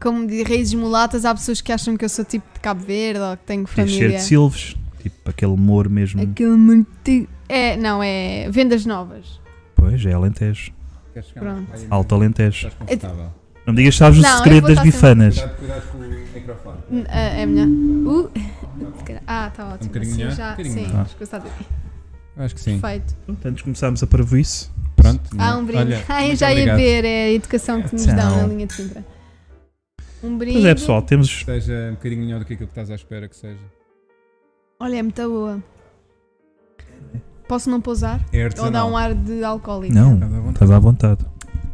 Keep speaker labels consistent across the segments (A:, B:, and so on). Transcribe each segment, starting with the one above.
A: como de raízes mulatas, há pessoas que acham que eu sou tipo de Cabo Verde ou que tenho
B: Tens cheiro
A: família.
B: de silves, tipo aquele humor mesmo.
A: Aquele muito. É, não, é vendas novas.
B: Pois, é Alentejo.
C: Queres chegar
A: Pronto. É
C: mais? Aí,
B: Alto Alentejo.
C: Estás confortável.
B: Não me digas que sabes o
A: Não, eu
B: segredo
A: vou
B: das
A: estar sempre-
B: bifanas.
C: Cuidado, cuidado com o microfone.
A: N- ah, É melhor. Uh, se calhar- ah, está ótimo.
C: bocadinho
A: assim,
C: melhor? Um
A: já,
C: bocadinho
A: sim,
B: melhor.
A: acho que está
C: Acho que sim.
A: perfeito.
B: Portanto, Antes começámos a parvoíce.
C: Pronto. é?
A: Ah, um brinde.
C: Olha,
A: ah, eu
C: muito
A: já
C: obrigado.
A: ia ver, é a educação que nos dão na
B: Então.
A: linha de Sintra. Um brinde.
B: Mas é pessoal, temos.
C: Seja um bocadinho melhor do que aquilo que estás à espera que seja.
A: Olha, é muito boa. Posso não pousar?
C: É
A: Ou dá
C: artesanal.
A: um ar de alcoólico?
B: Não,
C: Estás à vontade.
B: estás à vontade.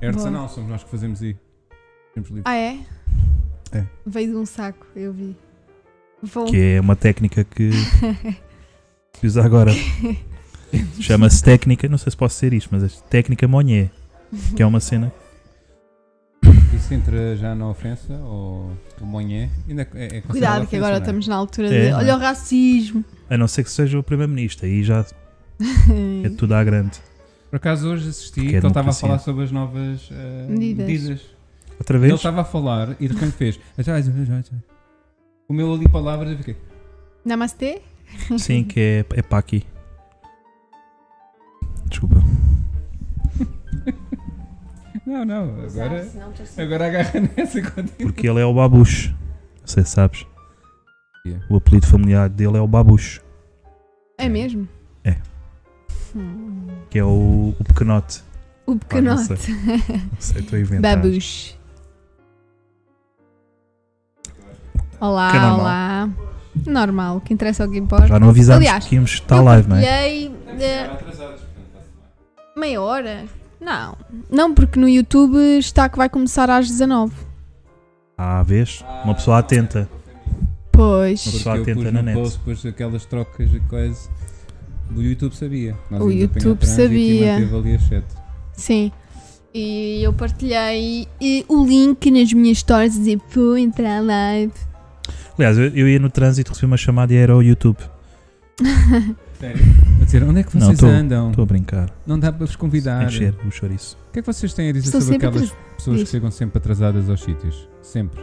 C: É artesanal, somos nós que fazemos aí. Temos livre.
A: Ah, é?
C: É.
A: Veio de um saco, eu vi. Vou.
B: Que é uma técnica que que usa agora. Chama-se técnica, não sei se posso ser isto, mas é técnica Monnier, que é uma cena. tá
C: Isso entra já na ofensa ou o monhé? Ainda é, é considerado
A: Cuidado, que
C: ofensa,
A: agora
C: não é?
A: estamos na altura
B: É,
A: de.
B: não é?
A: Olha o racismo.
B: A não ser que seja o primeiro-ministro, aí já é tudo à grande.
C: Por acaso hoje assisti
B: Porque
C: que
B: é
C: ele estava a
B: democracia.
C: falar sobre as novas eh,
A: Medidas.
C: medidas.
B: Outra
C: Ele
B: vez,
C: estava a falar e de repente fez. O meu ali palavras eu fiquei.
A: Namastê?
B: sim, que é, é para aqui. Desculpa.
C: Não, não, agora, agora agarra nessa e continua.
B: Porque ele é o babucho. Não sei se sabes.
C: Yeah.
B: O apelido familiar dele é o babucho,
A: É mesmo?
B: É.
A: Hum.
B: que é o, o pequenote.
A: O
B: Pá, não
A: pequenote.
B: sei. tá. Não sei, estou a inventar.
A: Babush. Olá,
B: Que é normal.
A: olá. Normal, o que interessa é o que importa.
B: Já não avisámos
A: Aliás,
B: que íamos estar
A: eu
B: live, não é?
A: partilhei de meia hora. Não, não, porque no YouTube está que vai começar às 19.
B: Ah, vês? Uma pessoa atenta. Uma
A: Pois,
B: pessoa
C: tá. Porque eu
B: atenta
C: pus
B: na
C: no
B: net.
C: post depois aquelas trocas e coisa. O YouTube sabia. Nós
A: O
C: íamos apanhar
A: YouTube
C: trânsito
A: sabia.
C: E manteve ali a chat.
A: sim. E eu partilhei eh, o link nas minhas stories e dizer, pô, entrar live.
B: Aliás, eu, eu ia no trânsito, recebi uma chamada e era o YouTube.
C: Sério? A dizer, onde é que
B: Não,
C: vocês
B: tô-
C: andam?
B: Estou a brincar.
C: Não dá para vos convidar.
B: Encher o chouriço.
C: O que é que vocês têm a dizer
A: Estou
C: sobre
A: sempre
C: aquelas pessoas
A: Diz.
C: que chegam sempre atrasadas aos sítios? Sempre.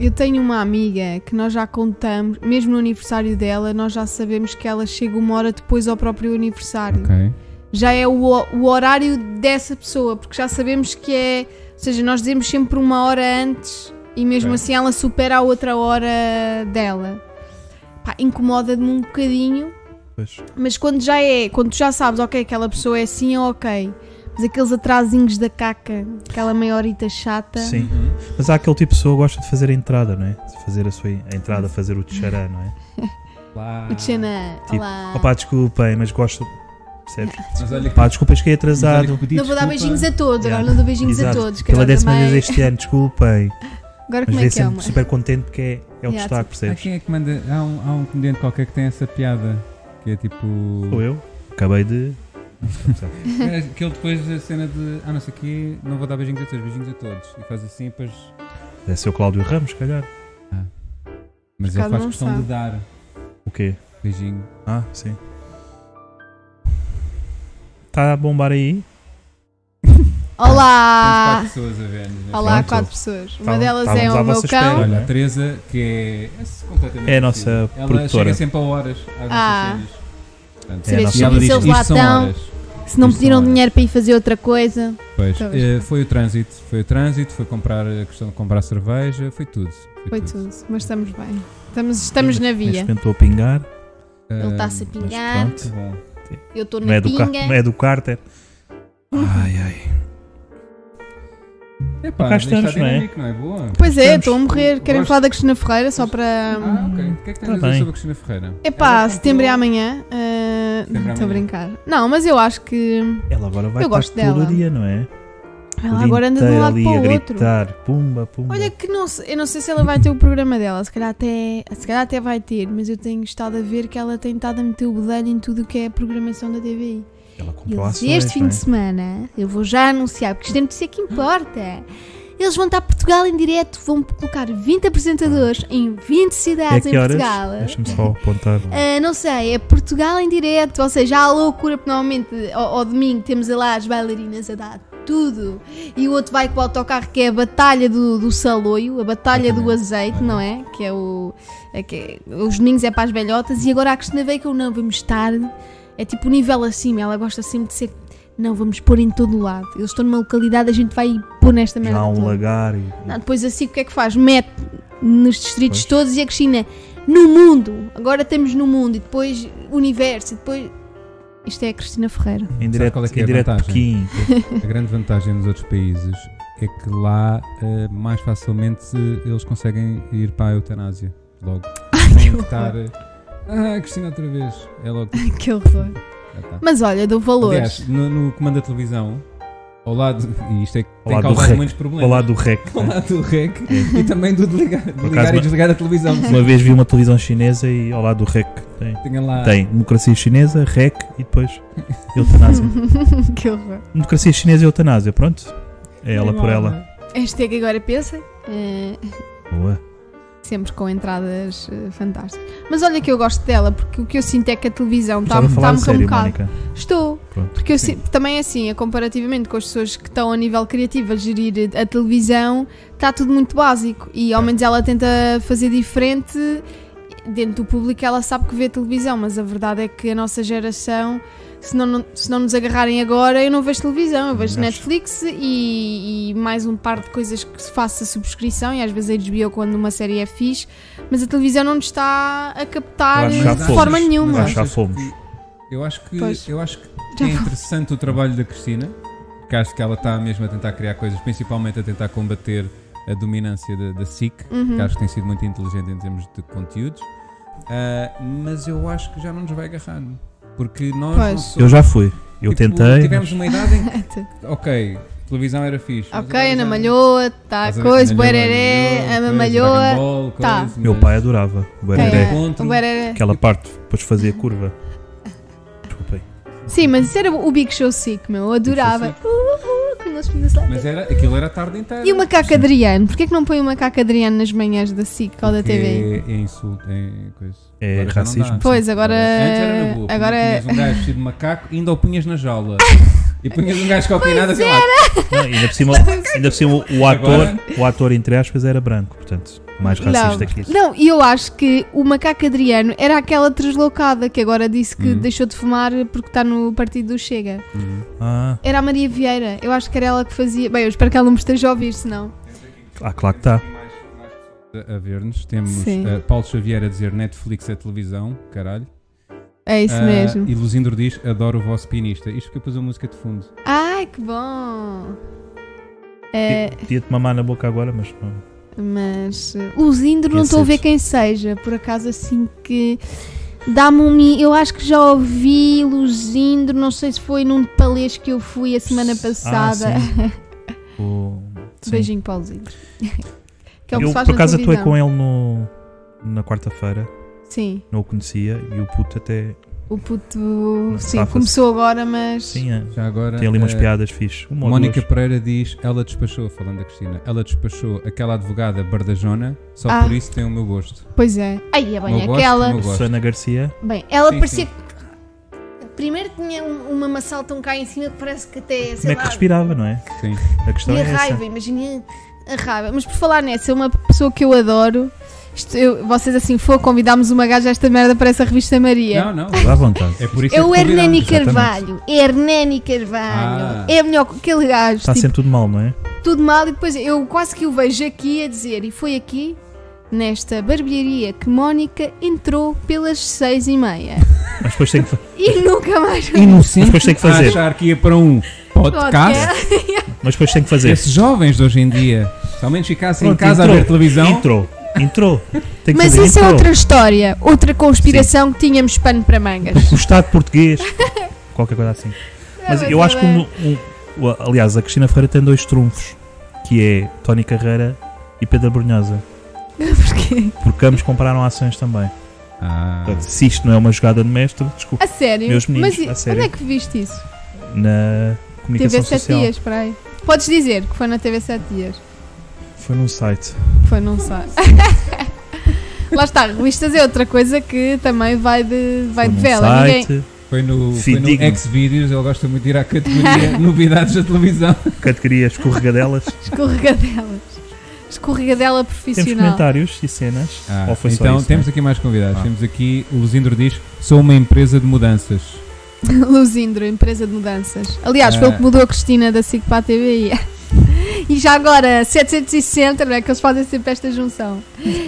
A: Eu tenho uma amiga que nós já contamos, mesmo no aniversário dela, nós já sabemos que ela chega uma hora depois ao próprio aniversário.
C: Ok.
A: já é o, o horário dessa pessoa, porque já sabemos que é. Ou seja, nós dizemos sempre uma hora antes e mesmo
C: Ok.
A: assim ela supera a outra hora dela. Pá, incomoda-me um bocadinho,
B: Pois.
A: mas quando já é, quando tu já sabes, ok, aquela pessoa é assim, é ok. Mas aqueles atrasinhos da caca, aquela meia horita chata.
B: Sim. Mas há aquele tipo de pessoa que gosta de fazer a entrada, não é? De fazer a sua a entrada, fazer o tchará, não é?
C: Lá.
A: O Tchana,
B: Tipo, é
A: olá.
B: Opá, desculpem, mas gosto. Percebes?
C: Mas olha que
B: Pá, desculpa, acho que é
C: mas olha que
B: atrasado.
C: pedi
A: não vou dar
C: desculpa.
A: beijinhos a todos,
B: Yeah.
A: agora não dou beijinhos
B: Exato.
A: a todos. que
B: Pela
A: agora
B: décima
A: também-
B: vez este ano, desculpem.
A: Agora como é
B: Mas vem
A: que é
B: sempre
A: uma?
B: super contente porque é, é o
A: Yeah, tipo,
B: destaque,
C: Ah,
B: percebes?
C: quem é que manda? Há um, há um comediante qualquer que tem essa piada. Que é tipo.
B: Ou eu? Acabei de.
C: É, que ele depois da cena de. Ah, não sei o quê, não vou dar beijinhos a todos, beijinhos a todos. E faz assim, depois.
B: Deve ser o É Cláudio Ramos, se calhar.
C: Mas
A: Por
C: ele
A: acaso
C: faz
A: não
C: questão
A: sabe.
C: de dar
B: O quê?
C: beijinho.
B: Ah, sim. Está a bombar aí?
A: Olá!
C: Temos quatro pessoas a ver. Né?
A: Ah. Olá,
B: Pronto. Tá
A: quatro pessoas. Uma
B: Estavam-
A: delas é
B: estávamos à
A: o meu
B: vossa
A: cão.
B: espera.
C: Olha,
B: Não
C: a
B: é?
C: Teresa, que é. é completamente
B: É a nossa
C: possível. Ela
B: produtora.
C: chega sempre a horas às
A: Ah.
C: nossas cenas. Portanto,
B: Seria É a nossa-
C: e ela diz,
A: difícil lá
C: isto são
A: tão-
C: horas.
A: Se não
C: Isto
A: pediram
C: não é.
A: dinheiro para ir fazer outra coisa.
C: Pois,
A: Talvez.
C: eh, foi o trânsito, foi o trânsito, foi comprar a questão de comprar cerveja, foi tudo.
A: Foi tudo. Mas estamos bem. Estamos, estamos na
B: Neste
A: via.
B: momento estou a pingar.
A: Ele tá está-se a
C: sempre
A: pingar.
B: pronto.
A: Eu estou
B: Não
A: na
B: é, do Car- não
A: pinga.
B: é do Carter. Ai, ai.
C: Epá,
B: Cá
C: mas isto está
B: estamos, não é?
C: dinâmico, não é? Boa.
A: Pois é,
B: Estamos.
A: estou a morrer. Querem
C: Gosto.
A: falar da Cristina Ferreira só para.
C: Ah, ok. O que é que tens
B: Tá
C: a dizer
B: bem.
C: sobre a Cristina Ferreira?
A: Epá,
C: Ela
A: setembro é
C: comprou-
A: amanhã. ah,
C: Setembro
A: não,
C: é
A: estou a
C: amanhã.
A: brincar. Não, mas eu acho que
B: Ela agora vai
A: Eu
B: estar
A: gosto dela.
B: todo dia, não é? O
A: ela
B: dia
A: agora anda de um
B: inteiro
A: lado
B: ali
A: para o
B: a
A: outro.
B: gritar. Pumba, pumba.
A: Olha que não sei, eu não sei se ela vai ter o programa dela, se calhar até, se calhar até vai ter, mas eu tenho estado a ver que ela tem estado a meter o bedelho em tudo o que é programação da TVI.
B: Ela comprou
A: Eles,
B: ações,
A: este fim
B: não é?
A: de semana, eu vou já anunciar, porque isto é notícia que importa. Eles vão estar a Portugal em direto, vão colocar 20 apresentadores em 20
B: É
A: cidades em
B: que horas?
A: Portugal.
B: Deixa-me só apontar.
A: Ah, não sei, é Portugal em direto, ou seja, há a loucura, porque normalmente ao, ao domingo temos lá as bailarinas a dar tudo. E o outro vai com o autocarro, que é a batalha do, do saloio, a batalha do azeite, não é? Que é o. é que é- os ninhos é para as velhotas. E agora a Cristina veio com não, vamos estar. É tipo nível acima, ela gosta sempre de ser. Não, vamos pôr em todo lado. Eu estou numa localidade, a gente vai pôr nesta merda.
B: Já há um
A: toda.
B: lagar e.
A: Não, depois assim, o que é que faz? Mete nos distritos todos e a Cristina no mundo. Agora estamos no mundo e depois universo e depois. Isto é a Cristina Ferreira.
B: Em direto,
C: qual é que é
B: em
C: a
B: direto
C: vantagem?
B: Pequim. é
C: A grande vantagem nos outros países é que lá eh, mais facilmente eh, eles conseguem ir para a eutanásia logo. Sem
A: que
C: estar. eh, Ah, Cristina outra vez. É logo.
A: Que horror.
C: Já tá.
A: Mas olha, dou valor.
C: Aliás, no, no comando da televisão, ao lado. E isto é que
B: Ao
C: tem
B: lado do
C: causado
B: rec.
C: muitos problemas.
B: tipo Ao lado do REC. né?
C: Ao lado do rec e também do de ligar, de
B: acaso,
C: ligar e
B: mas-
C: desligar a televisão.
B: Uma vez vi uma televisão chinesa e ao lado do REC tem.
C: Tenha lá.
B: Tem democracia chinesa, REC e depois eutanásia.
A: que horror.
B: democracia chinesa e eutanásia, pronto. É ela por ela.
A: Hashtag é agora pensa. eh,
C: Tá
B: Boa.
A: sempre com entradas eh, fantásticas. Mas olha que eu gosto dela, porque o que eu sinto é que a televisão está-me
B: Estava a falar
A: está
B: a sério,
A: rebocada.
B: Mónica.
A: Estou.
B: Pronto.
A: Porque eu
C: Sim.
A: sinto- também é assim, é comparativamente com as pessoas que estão a nível criativo a gerir a televisão, está tudo muito básico. E
B: É.
A: ao menos ela tenta fazer diferente dentro do público, ela sabe que vê televisão, mas a verdade é que a nossa geração, se não, não- se não nos agarrarem agora, eu não vejo televisão, eu vejo
B: Acho.
A: Netflix e, e mais um par de coisas que se faça subscrição e às vezes eles HBO quando uma série é fixe, mas a televisão não nos está a captar
B: Claro,
A: de
B: mas já fomos.
A: forma nenhuma.
B: Mas já fomos.
C: Eu acho que,
A: Pois.
C: eu acho que
A: Já
C: é interessante o trabalho da Cristina, porque acho que ela está mesmo a tentar criar coisas, principalmente a tentar combater a dominância da, da SIC,
A: Uhum.
C: que acho que tem sido muito inteligente em termos de conteúdos, Ah, mas eu acho que já não nos vai agarrar, porque nós não
A: Pois.
C: somos-
B: Eu já fui. Eu
C: tipo,
B: tentei.
C: Tivemos uma idade em que, ok, televisão era fixe. mas
A: Ok,
C: agora
A: Ana
C: já-
A: Malhoa, tá,
C: Estás a ver?
A: coisa,
C: Ana
A: boereré,
C: Malhoa,
A: ama
C: é coisa, Dragon
A: Malhoa.
C: Ball,
A: tá.
C: coisa,
B: Meu
C: mas-
B: pai adorava. O
A: É,
B: bereré.
C: Encontro.
A: o boereré.
B: Aquela parte, depois fazia curva. Desculpem.
A: Sim, mas isso era o Big Show Sick, meu, eu adorava. Uh, uh, com os filhos lá.
C: Mas era, aquilo era a tarde inteira.
A: E o macaco Adriano, porquê que não põe o macaco Adriano nas manhãs da SIC ou da
C: Porque
A: TV?
C: É, é insulto, é coisa.
B: É
C: Agora já não
B: racismo.
C: dá.
A: Pois, agora-
C: Antes era na boa.
A: agora- é-
C: Agora. Punhas um gajo vestido de macaco, ainda o punhas na jaula. e punhas um gajo que opinado sei lá.
B: Não, ainda por cima, ainda por cima o, ator, o ator, entre aspas, era branco. Portanto, mais racista que isso.
A: Não, e eu acho que o macaco Adriano era aquela deslocada que agora disse
C: Uhum.
A: que deixou de fumar porque está no partido do Chega.
B: Ah,
A: Era a Maria Vieira, eu acho que era ela que fazia. Bem, eu espero que ela não me esteja a ouvir, senão.
B: ah, claro que está.
C: A ver-nos, temos
A: Sim.
C: eh, Paulo Xavier a dizer Netflix é televisão, caralho.
A: É isso
C: Ah,
A: mesmo.
C: E Luzindo diz: adoro o vosso pianista. Isto porque eu pus a música de fundo.
A: Ai, que bom! É,
B: Podia-te mamar na boca agora, mas não.
A: Mas eh, o Zindro não
B: Esse
A: estou a ver
B: outro.
A: quem seja, por acaso assim que dá-me um. mi- Eu acho que já ouvi o Zindro, não sei se foi num palês que eu fui a semana passada.
B: Ah, sim. O- sim.
A: Beijinho para o Zindro. que é o que
B: Eu,
A: se faz
B: por
A: na
B: acaso, atuei
A: televisão.
B: com ele no, na quarta-feira.
A: Sim,
B: Não o conhecia e o puto até.
A: o puto. Sim,
B: safa-se.
A: começou agora, mas.
B: Sim, é.
C: Já agora.
B: Tem ali umas
C: eh,
B: piadas fixe. Uma ou
C: Mónica
B: duas.
C: Pereira diz: ela despachou, falando da Cristina, ela despachou aquela advogada bardajona, só
A: Ah.
C: por isso tem o meu gosto.
A: Pois é. Aí é bem
C: Meu gosto,
A: aquela.
C: meu gosto.
B: Susana Garcia.
A: Bem, ela
C: Sim,
A: parecia
C: sim.
A: que. Primeiro tinha um- uma maçã tão cá em cima que parece que até. sei
B: Como é que
A: lá,
B: respirava, não é?
C: Sim.
B: A questão
A: E
B: é
A: a
B: essa.
A: raiva, imagina a raiva. Mas por falar nessa, uma pessoa que eu adoro. Isto, eu- vocês assim, for convidámos uma gaja, esta merda parece a revista Maria.
C: Não, não.
B: Dá à vontade.
C: É por isso
A: é o
C: que te convidamos.
A: Hernani
B: exatamente.
A: Carvalho. é Hernani Carvalho.
C: Ah.
A: É melhor que aquele gajo.
B: Está
A: tipo,
B: sempre tudo mal, não é?
A: tudo mal. E depois eu quase que o vejo aqui a dizer. E foi aqui, nesta barbearia, que Mónica entrou pelas seis e meia.
B: Mas depois tem que, fa-
A: E nunca mais.
C: Inocente.
B: Depois tem que fazer.
C: a um achar que ia para um podcast.
B: mas depois tem que fazer.
C: Esses jovens de hoje em dia, se ao menos ficassem em
B: Pronto,
C: casa a ver televisão,
B: Entrou. Entrou. Tem que
A: Mas
B: fazer.
A: isso é
B: entrou.
A: outra história. Outra conspiração que tínhamos pano para mangas.
B: O Estado português. Qualquer coisa assim. Mas
A: mas
B: eu acho que.
A: ele é-
B: um- um- o- aliás, a Cristina Ferreira tem dois trunfos: que é Tony Carreira e Pedro Brunhosa.
A: Porquê?
B: Porque ambos compraram ações também.
C: ah,
B: Portanto, se isto não é uma jogada de mestre, desculpa.
A: A sério?
B: Meus meninos,
A: Mas
B: a sério.
A: onde é que viste isso?
B: Na comunicação
A: TV 7
B: social.
A: dias, para aí. Podes dizer que foi na TV 7 dias.
B: Foi num site.
A: Foi, não sei. Lá está, revistas é outra coisa que também vai de, vai
B: Foi
A: de
B: num
A: vela. Ninguém,
B: site.
C: Foi no,
B: Sim,
C: foi no
B: digno.
C: Xvideos, ele gosta muito de ir à categoria Novidades da Televisão.
B: Categoria escorregadelas.
A: Escorregadelas. Escorregadela
B: Temos
A: profissional.
B: comentários e cenas.
C: Ah,
B: Ou foi só
C: então
B: isso,
C: temos
B: né?
C: aqui mais convidados.
B: Ah.
C: Temos aqui o Luzindro diz: sou uma empresa de mudanças.
A: Luzindro, empresa de mudanças. Aliás, foi
C: Ah.
A: o que mudou a Cristina da SIC para a TV e- E já agora, 760, não é que eles fazem sempre esta junção.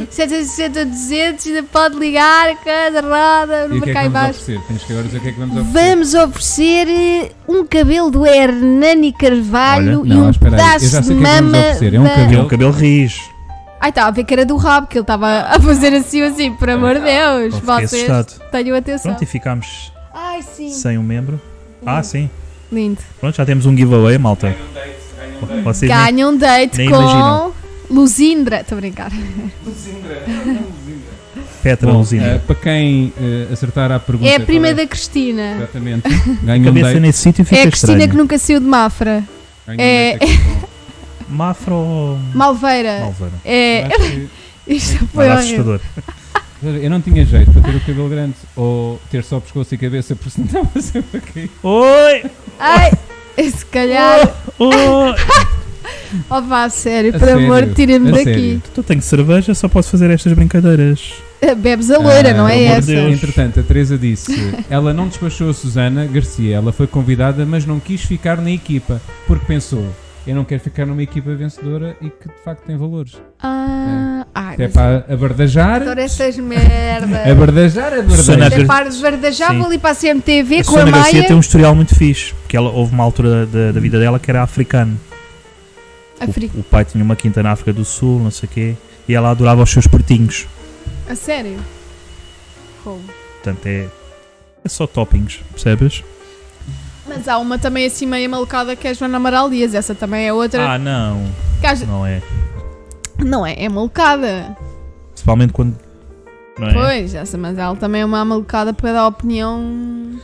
A: 760, 200, ainda pode ligar, coisa roda,
C: e o que
A: número
C: é
A: cá
C: que
A: em
C: vamos
A: baixo.
C: oferecer? Temos que agora dizer o que é que vamos oferecer.
A: Vamos oferecer eh, um cabelo do Hernani Carvalho
B: Olha,
A: e
C: não,
A: um
C: espera aí, eu já
A: pedaço
C: sei o que
A: de
C: é que vamos
A: mama.
C: oferecer, é um
A: da-
C: cabelo.
B: É um cabelo riz.
A: Ai, estava a ver que era do rabo, que ele estava a fazer assim, assim, por amor de Deus.
B: Fiquei
A: Vocês
B: assustado.
A: tenham atenção.
B: Pronto, e ficámos
A: Ai, sim.
B: sem um membro. Ah, sim.
A: Lindo.
B: Pronto, já temos um giveaway, malta. Vocês nem-
A: Ganha um date
B: nem
A: com
B: imaginam.
A: Luzindra. Estou a brincar.
B: Petra
C: Bom,
B: Luzina.
C: eh, para quem eh, acertar à pergunta.
A: é a prima
C: qual
A: da Cristina.
C: Exatamente. Ganha um
B: Cabeça
C: date.
B: nesse sítio fica
A: É a Cristina
B: estranho.
A: que nunca saiu de Mafra.
C: Ganha um
A: É-
C: date aqui com-
B: Mafra ou
A: Malveira.
B: Malvana?
A: É.
C: Acho que-
A: Isto foi
B: Nada
A: horrível.
B: assustador.
C: Eu não tinha jeito para ter o cabelo grande ou ter só pescoço e cabeça, porque senão estava sempre aqui.
B: Oi!
A: Ai, se calhar.
B: Oi!
A: Oh, vá, a sério,
C: A
A: por amor,
C: sério,
A: tirem-me
C: a
A: daqui. Eh,
C: sério.
B: Tu tenho cerveja, só posso fazer estas brincadeiras.
A: Bebes a loira,
C: Ah,
A: não é
B: amor de
A: essa?
B: Deus.
C: Entretanto, a Teresa disse: ela não despachou a Susana Garcia, ela foi convidada, mas não quis ficar na equipa, porque pensou. Eu não quero ficar numa equipa vencedora e que de facto tem valores.
A: Ah, ai,
B: É.
C: Até
A: mas
C: para abardajar.
A: adoro essas merdas.
C: Abardajar,
B: Susana-
C: abardajar.
A: Até para esverdejar,
B: É Sim.
A: vou ali para a CMTV
B: a
A: com a
B: Susana Garcia
A: Maia.
B: tem um historial muito fixe, porque ela, houve uma altura da, da vida dela que era africano. O-
A: Afri-
B: O, pai tinha uma quinta na África do Sul, não sei o quê, e ela adorava os seus pertinhos.
A: A sério? Como?
B: Portanto, é, é só toppings, percebes?
A: Mas há uma também assim meio malucada que é a Joana Amaral Dias. Essa também é outra.
B: Ah, não,
A: que às-
B: não é.
A: Não é? É malucada.
B: Principalmente quando.
C: Ah,
B: Não é?
A: Pois, essa, mas ela também é uma malucada para dar opinião.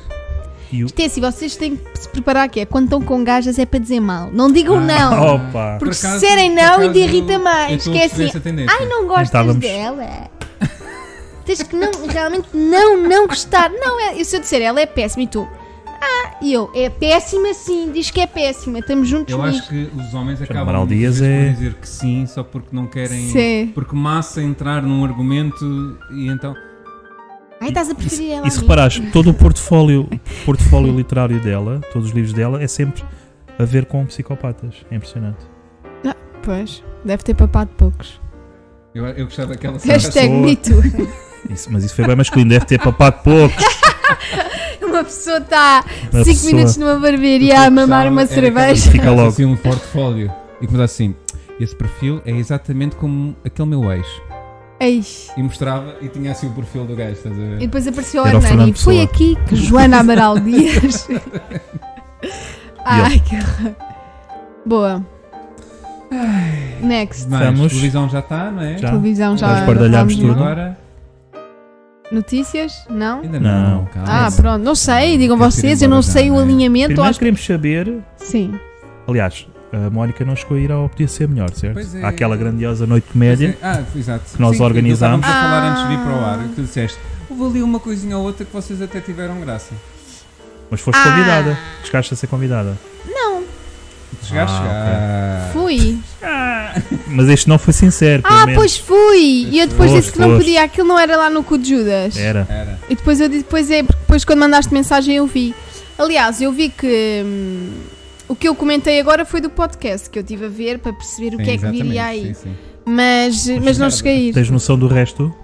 B: E o-
A: Isto é assim, vocês têm que se preparar que é quando estão com gajas é para dizer mal. Não digam
C: Ah.
A: não.
B: Opa!
A: Porque
C: Por acaso-
A: se disserem
C: por
A: não,
C: acaso
A: ainda irrita
C: eu- eu
A: mais.
C: estou
A: Que
C: a
A: é
C: perceber
A: assim,
C: essa tendência.
A: ai, não gostas
B: Estávamos-
A: dela. Tens que não, realmente não, não gostar. Não, é, e se eu disser ela é péssima e tu. Ah, e eu, é péssima sim, diz que é péssima, estamos juntos
C: Eu acho
A: nisto.
C: que os homens acabam
B: Amaral
C: muitas
B: Dias
C: vezes
B: é-
C: por dizer que sim, só porque não querem.
A: Sim.
C: Porque massa entrar num argumento e então.
A: Ai, estás a preferir ela.
B: E
A: a
B: se
A: mim.
B: reparares, todo o portfólio, o portfólio literário dela, todos os livros dela, é sempre a ver com psicopatas. É impressionante.
A: Pois, deve ter papado poucos.
C: Eu, eu gostava daquela
A: Hashtag
B: pessoa-
A: mito.
B: Isso- mas isso foi bem masculino, deve ter papado poucos.
A: Uma pessoa está
B: Uma
A: 5
B: pessoa-
A: minutos numa barbearia
C: Eu
A: a mamar
C: gostava
A: uma
C: era que
A: cerveja.
C: ela é
B: Fica logo.
C: assim um portfólio e começava assim: esse perfil é exatamente como aquele meu ex.
A: Ei.
C: E mostrava e tinha assim o perfil do gajo, estás a
A: E
C: ver?
A: depois apareceu o
B: Era o Fernando
A: Hernani. E Foi
B: Pessoa.
A: aqui que Joana Amaral Dias. Ai, que horror. Boa. Next.
C: Mas
B: Estamos-
C: televisão já está, não é?
B: Já.
A: Televisão já.
C: Já
B: esbardalhámos
A: já
C: E
A: vamos-
B: tudo.
C: agora?
A: Notícias? Não?
C: Ainda
B: Não.
C: não, calma.
A: Ah, pronto. Não sei. Digam
C: Quer
A: vocês.
C: ir
A: Eu
C: embora
A: não
C: já,
A: sei o
C: não é?
A: alinhamento.
B: Primeiro
A: Acho que.
B: queremos saber.
A: Sim.
B: Aliás, a Mónica não chegou a ir ao Podia Ser Melhor, certo?
C: Pois é.
B: Àquela grandiosa noite de comédia.
C: Ah, exato.
B: que nós
C: Sim,
B: organizámos.
C: Estávamos a falar
A: Ah.
C: antes de vir para o ar, que tu disseste. Houve ali uma coisinha ou outra que vocês até tiveram graça. é.
B: Mas foste
A: Ah.
B: convidada. Chegaste a ser convidada.
A: Não.
C: Chegaste?
B: Ah, ok.
C: Ah,
A: Fui.
B: Mas este não foi sincero, pelo
A: Ah,
B: menos.
A: pois fui! E eu depois
B: Pois,
A: disse que não
B: pois.
A: podia, aquilo não era lá no cu de Judas.
B: Era.
C: Era.
A: E depois eu disse, pois é, porque depois quando mandaste mensagem eu vi. Aliás, eu vi que hum, o que eu comentei agora foi do podcast que eu estive a ver para perceber o que é que viria aí.
C: Sim, sim.
A: Mas, mas não
C: nada.
A: cheguei a ir.
B: Tens noção do resto?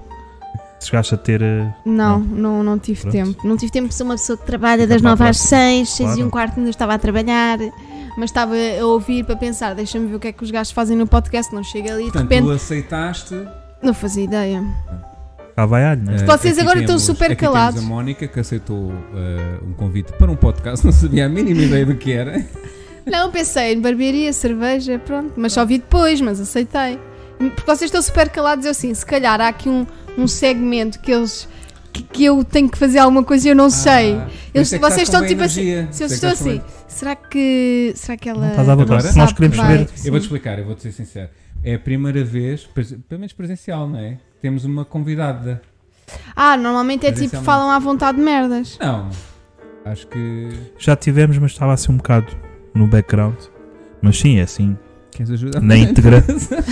B: Chegaste a ter. eh,
A: Não, não, não tive
B: Pronto.
A: tempo. Não tive tempo de ser uma pessoa que trabalha
B: Fica
A: das
B: para a
A: 9 às
B: próxima.
A: 6, 6 e
B: Claro.
A: um quarto ainda estava a trabalhar, mas estava a ouvir para pensar, deixa-me ver o que é que os gajos fazem no podcast, não chega ali e de
C: Portanto,
A: repente
C: tu aceitaste.
A: não fazia ideia.
B: Cá vai alho, né?
C: eh,
A: vocês
C: aqui
A: agora estão
C: temos-
A: super
C: aqui
A: calados.
C: Temos a Mónica que aceitou eh, um convite para um podcast, não sabia a mínima ideia do que era.
A: Não, pensei em barbearia, cerveja, pronto. Mas só vi depois, mas aceitei. Porque vocês estão super calados, eu assim, se calhar há aqui um, um segmento que eles. Que, que eu tenho que fazer alguma coisa e eu não sei.
C: Ah, por
A: Eles,
C: isso é que
A: vocês
C: estás com
A: estão
C: boa
A: tipo
C: energia,
A: assim.
C: por
A: Se eu
C: isso é
A: estou
C: que estás
A: assim,
C: com
A: será que. Será que ela.
B: Não estás à vontade.
C: Agora?
B: Se nós
A: sabe
B: queremos
A: que vai-
B: saber.
C: Eu vou-te explicar, eu vou-te ser sincero. É a primeira vez, pres- pelo menos presencial, não é? Temos uma convidada.
A: Ah, normalmente é
C: Mas isso
A: tipo,
C: é um-
A: falam à vontade merdas.
C: Não. Acho que.
B: Já tivemos, mas estava assim um bocado no background. Mas sim, é assim.
C: Queres ajudar?
B: Na integra.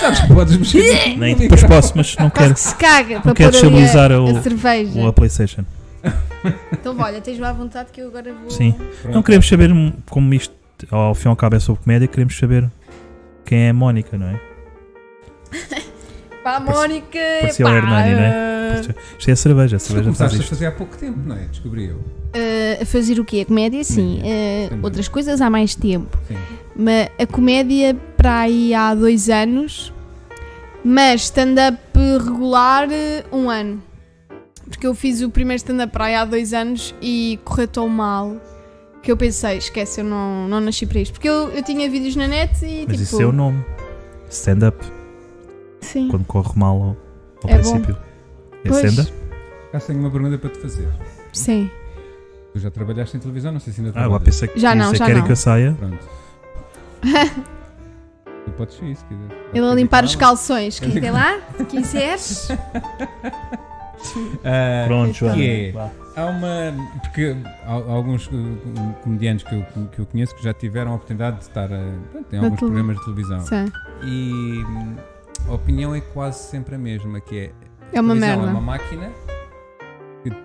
C: Sabes que podes mexer.
B: Na in- Depois posso, mas não
A: Quase
B: quero,
A: que se caga
B: não
A: É para assim,
B: quero
A: pôr ali a,
B: desestabilizar
A: a
B: o,
A: cerveja.
B: o- a PlayStation.
A: Então, olha, tens lá à vontade que eu agora vou.
B: Sim. Não queremos saber um, como isto, ao fim e ao cabo, é sobre comédia. Queremos saber quem é a Mónica, não é?
A: Pá, a Mónica!
B: parecia o
A: pá,
B: Hernani, não Isto é a cerveja. A cerveja
C: Tu
B: faz
C: começaste a
B: isto.
C: fazer há pouco tempo, não é? Descobri eu.
A: eh, a fazer o quê? A comédia, sim. eh,
C: Também.
A: outras coisas há mais tempo.
C: Sim.
A: Mas a comédia para aí há dois anos, mas stand-up regular eh, um ano. Porque eu fiz o primeiro stand-up para aí há dois anos e correu tão mal que eu pensei, esquece, eu não, não nasci para isto. Porque eu, eu tinha vídeos na net e
B: Mas
A: tipo.
B: isso é o nome. Stand-up.
A: Sim.
B: Quando corre mal ao, ao
A: É bom.
B: princípio. É
A: Pois.
B: stand-up?
C: Cá tenho uma pergunta para te fazer.
A: Sim.
C: Tu já trabalhaste em televisão? Não sei se ainda
B: Ah, agora
C: trabalhas.
B: pensei que
A: Já não,
B: pensei que
A: já
B: querem
A: não.
B: que eu saia.
C: Pronto. tu podes ir, se quiser.
A: Ele a limpar os calções.
C: Eu digo-
A: Quer lá? Se quiseres.
C: Ah,
B: Pronto,
A: Então,
B: Joana.
C: é?
B: vá.
C: Há uma. Porque há há alguns uh, com- comediantes que eu, que eu conheço que já tiveram a oportunidade de estar a- pronto, em
A: Na
C: alguns
A: tele-
C: programas de televisão.
A: Sim.
C: E hum, a opinião é quase sempre a mesma, que é
A: É uma
C: televisão É uma
A: merda.
C: máquina que t-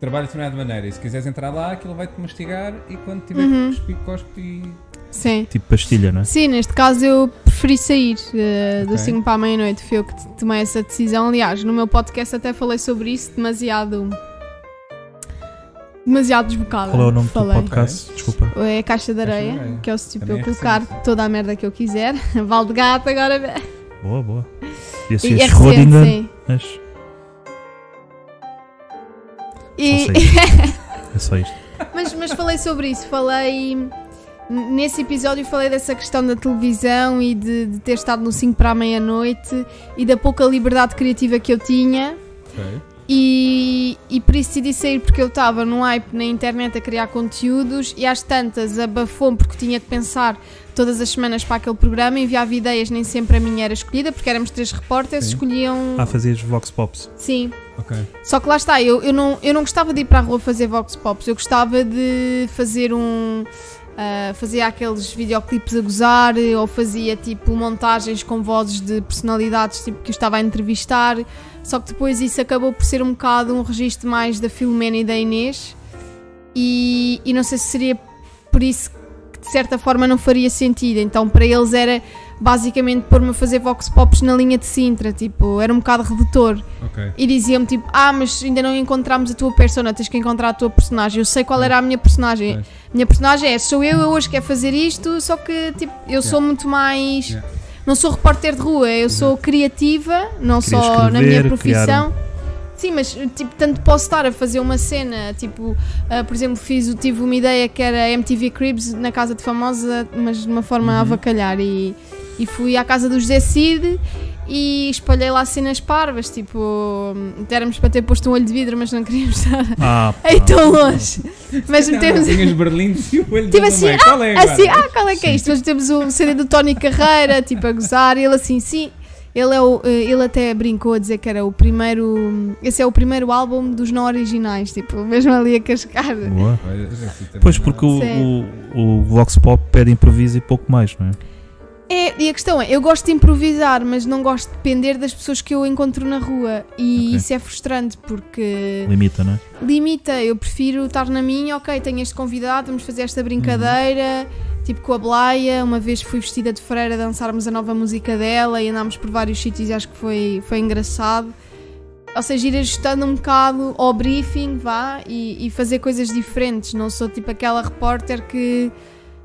C: trabalha de determinada maneira. E se quiseres entrar lá, aquilo vai-te mastigar e quando tiver
A: Uhum.
C: que cuspir, cospe e.
A: Sim.
B: Tipo pastilha, não é?
A: Sim, neste caso eu preferi sair eh, do
C: Ok.
A: 5 para a meia-noite. Foi eu que t- tomei essa decisão. Aliás, no meu podcast até falei sobre isso demasiado. demasiado desbocada.
B: Qual é o nome
A: falei.
B: do podcast? Desculpa.
A: É a Caixa de
C: Caixa de
A: Areia,
C: Areia.
A: que é o sítio para
C: Também
A: eu
C: é
A: colocar
C: recente.
A: toda a merda que eu quiser. Val de gato agora.
B: Boa, boa. assim, Podia
A: E
B: ser
A: é
B: Schrödinger,
A: recente, sim.
B: mas
A: E-
B: só sei isto. é só isto.
A: Mas, mas falei sobre isso, falei. n- Nesse episódio falei dessa questão da televisão e de, de ter estado no 5 para a meia-noite e da pouca liberdade criativa que eu tinha. E, e por isso decidi sair porque eu estava no hype na internet a criar conteúdos e às tantas abafou-me porque tinha que pensar todas as semanas para aquele programa, enviava ideias, nem sempre a minha era escolhida, porque éramos três repórteres,
C: Sim.
A: escolhiam.
B: Ah, fazias Vox Pops.
A: Sim.
C: Ok.
A: Só que lá está, eu, eu, não, eu não gostava de ir para a rua fazer vox pops, eu gostava de fazer um. ah, fazer aqueles videoclipes a gozar, eh, ou fazia tipo montagens com vozes de personalidades tipo, que eu estava a entrevistar. Só que depois isso acabou por ser um bocado um registro mais da Filomena e da Inês. E, e não sei se seria por isso que de certa forma não faria sentido. Então para eles era basicamente pôr-me a fazer vox pops na linha de Sintra, tipo, era um bocado redutor
C: Ok.
A: e diziam-me tipo, ah, mas ainda não encontramos a tua persona, tens que encontrar a tua personagem. Eu sei qual era a minha personagem.
C: Pois.
A: Minha personagem é, sou eu, eu hoje quero fazer isto, só que tipo, eu sou muito mais.
C: Yeah.
A: Não sou repórter de rua, eu sou criativa, não
B: Queria
A: só na minha
B: escrever, criar um-
A: profissão. Sim, mas tipo, tanto posso estar a fazer uma cena, tipo, ah, por exemplo, fiz, tive uma ideia que era MTV Cribs na casa de famosa, mas de uma forma a
B: Uhum.
A: avacalhar e, e fui à casa do José Cid e espalhei lá cenas parvas, tipo, éramos para ter posto um olho de vidro, mas não queríamos estar
B: Ah,
A: aí
B: pá.
A: tão longe. Mas metemos
C: Então, Tinhas berlindes e o olho
A: Tipo
C: dele
A: assim,
C: também. Qual é agora?
A: assim, ah, qual é que é isto? Nós temos um CD do Tony Carreira, tipo, a gozar, e ele assim, sim. Ele, é o, eh, ele até brincou a dizer que era o primeiro. Esse é o primeiro álbum dos não originais, tipo, mesmo ali a cascar.
B: Boa.
C: Olha, assim também
B: Pois
C: não-
B: porque o,
A: Sim.
B: o, o Vox Pop pede improviso e pouco mais, não é?
A: É, e a questão é, eu gosto de improvisar, mas não gosto de depender das pessoas que eu encontro na rua. E
B: Ok.
A: isso é frustrante porque
B: Limita, não é?
A: limita. Eu prefiro estar na minha, ok, tenho este convidado, vamos fazer esta brincadeira, tipo com a Blaia. Uma vez fui vestida de freira, dançarmos a nova música dela e andámos por vários sítios e acho que foi, foi engraçado. Ou seja, ir ajustando um bocado ao briefing, vá, e, e fazer coisas diferentes. Não sou tipo aquela repórter que,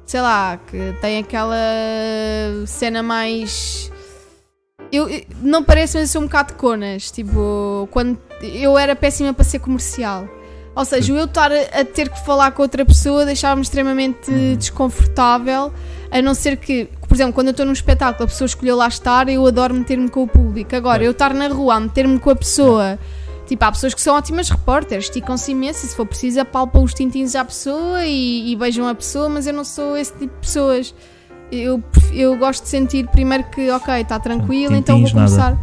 A: sei lá, que tem aquela cena mais. Eu, eu- não parece, mas eu sou um bocado conas. Tipo, quando eu era péssima para ser comercial. Ou seja, eu estar a, a ter que falar com outra pessoa deixava-me extremamente
B: Uhum.
A: desconfortável, a não ser que, por exemplo, quando eu estou num espetáculo, a pessoa escolheu lá estar, eu adoro meter-me com o público. Agora, eu estar na rua a meter-me com a
B: É.
A: pessoa. Tipo, há pessoas que são ótimas repórteres, esticam-se imenso e se for preciso apalpam os tintins à pessoa e, e beijam a pessoa, mas eu não sou esse tipo de pessoas. Eu, pref- eu gosto de sentir primeiro que, ok, está tranquilo, então vou
B: tintins, nada.
A: começar. Nada.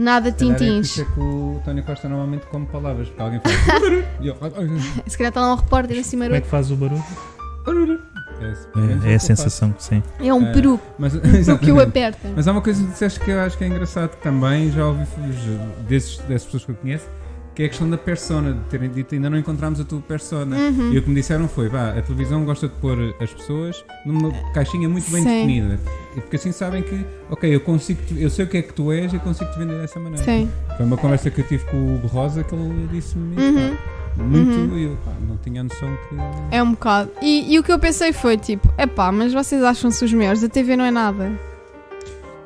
A: Nada
C: Se calhar é por
A: tintins.
C: isso é que o Tony Costa normalmente come palavras, porque alguém fala. e eu, "Ah, ah,
A: Se calhar está lá um repórter assim
B: Como é
A: maroto.
B: que faz o barulho?
C: ah." É, esse-
B: É, é
C: que eu
B: a
C: faço.
B: sensação que sim.
A: É um
C: É,
A: peru
C: Mas,
A: que o
C: exatamente.
A: aperta.
C: Mas há uma coisa que disseste que eu acho que é engraçado também, já ouvi f- desses, dessas pessoas que eu conheço, que é a questão da persona, de terem dito ainda não encontramos a tua persona.
A: Uhum.
C: E o que me disseram foi, vá, a televisão gosta de pôr as pessoas numa caixinha muito bem
A: É. Sim.
C: definida. E Porque assim sabem que, ok, eu consigo, te- eu sei o que é que tu és e consigo te vender dessa maneira.
A: Sim.
C: Foi uma conversa que eu tive com o Hugo Rosa que ele disse-me isso,
A: Uhum.
C: pá, muito, e eu pá, não tinha a noção que...
A: É um bocado. E, e o que eu pensei foi tipo, epá, mas vocês acham-se os melhores, a TV não é nada.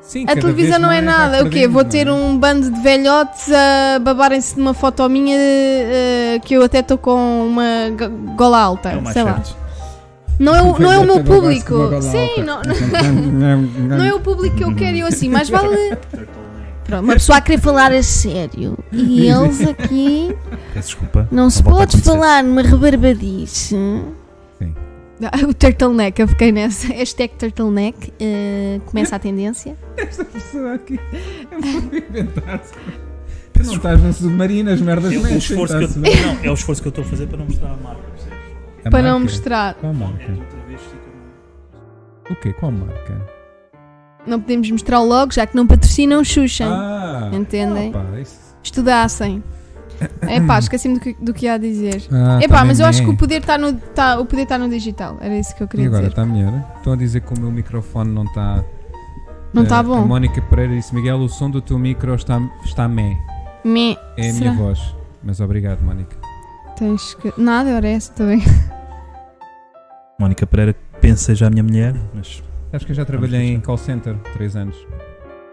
C: Sim,
A: A
C: cada
A: televisão
C: vez
A: não é
C: mais,
A: nada.
C: cada
A: O quê?
C: vez
A: Vou
C: mais.
A: ter um bando de velhotes a babarem-se numa foto minha eh, que eu até estou com uma g- gola alta,
B: É o mais
A: sei lá.
B: certo.
A: Não é, o- não é o meu
C: Agora vai-se
A: público.
C: uma gola
A: Sim,
C: alta.
A: não, não- não é o público que eu quero. Eu assim, mas vale. Pronto, uma pessoa a querer falar a sério. E eles aqui.
B: Peço desculpa.
D: Não se
B: volta a
D: pode
B: acontecer.
D: falar numa rebarbadice.
A: Ah, O turtleneck, eu fiquei nessa. Hashtag turtleneck. eh, começa a tendência.
C: Esta pessoa aqui é muito inventar-se. Tu não estás na submarina, as merdas tá
B: É
C: não
B: o, esforço que eu, não, é o esforço que eu estou a fazer para não mostrar a marca. percebes?
A: para não mostrar.
C: Qual
B: É
C: marca?
B: outra vez fica no-
C: O quê? Qual marca?
A: Não podemos mostrar logo, já que não patrocinam o Xuxa.
C: Ah!
A: Entendem?
C: Opa, isso...
A: Estudassem. Epá, esqueci-me do que, do que ia dizer.
C: ah
A: Epá,
C: também
A: mas eu acho que
C: é.
A: o poder está no, tá, o poder está no digital. Era isso que eu
C: E
A: queria
C: agora
A: dizer.
C: está melhor? Estão a dizer que o meu microfone não está.
A: Não
C: Eh,
A: está
C: A
A: bom?
C: Mónica Pereira disse: Miguel, o som do teu micro está, está meh.
A: Me...
C: É a
A: Será?
C: minha voz. Mas obrigado, Mónica.
A: Tens que... Nada, era essa tá também.
B: Mónica Pereira pensa já a minha mulher, mas
C: Acho que eu já trabalhei em
B: deixar.
C: call center 3 anos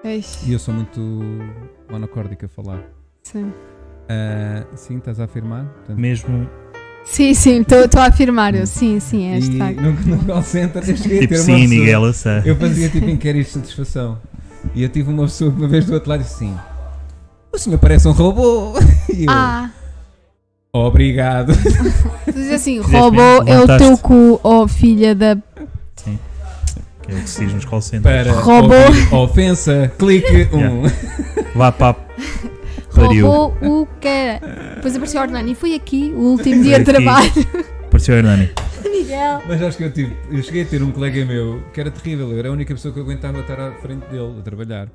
A: Eish,
C: e eu sou muito monocórdico a falar.
A: Sim,
C: Ah, sim, estás a afirmar? Portanto,
B: mesmo
A: sim, sim, estou a afirmar. Eu. Sim, sim, é
C: Hum. E
A: hashtag.
C: no, no call center eu cheguei a
B: tipo
C: ter uma
B: sim,
C: pessoa-
B: Miguel, eu sei.
C: Eu fazia tipo inquérito de satisfação. E eu tive uma pessoa que uma vez do outro lado disse assim: O senhor parece um robô. E eu,
A: Ah,
C: obrigado.
A: tu dizes assim,
B: Fizeste
A: robô
B: bem,
A: é o teu
B: levantaste.
A: cu, ó filha da...
B: Que é o que se diz nos call centers.
C: Para
A: Robô.
C: ouvir ofensa, clique Um.
B: Vá para pariu.
A: Roubou o que Depois apareceu o Hernani. E foi aqui o último dia de
B: Foi aqui.
A: trabalho.
B: Pareceu a Hernani.
A: Miguel.
C: Mas acho que eu tive. Eu cheguei a ter um colega meu que era terrível. Eu era a única pessoa que aguentava estar à frente dele a trabalhar.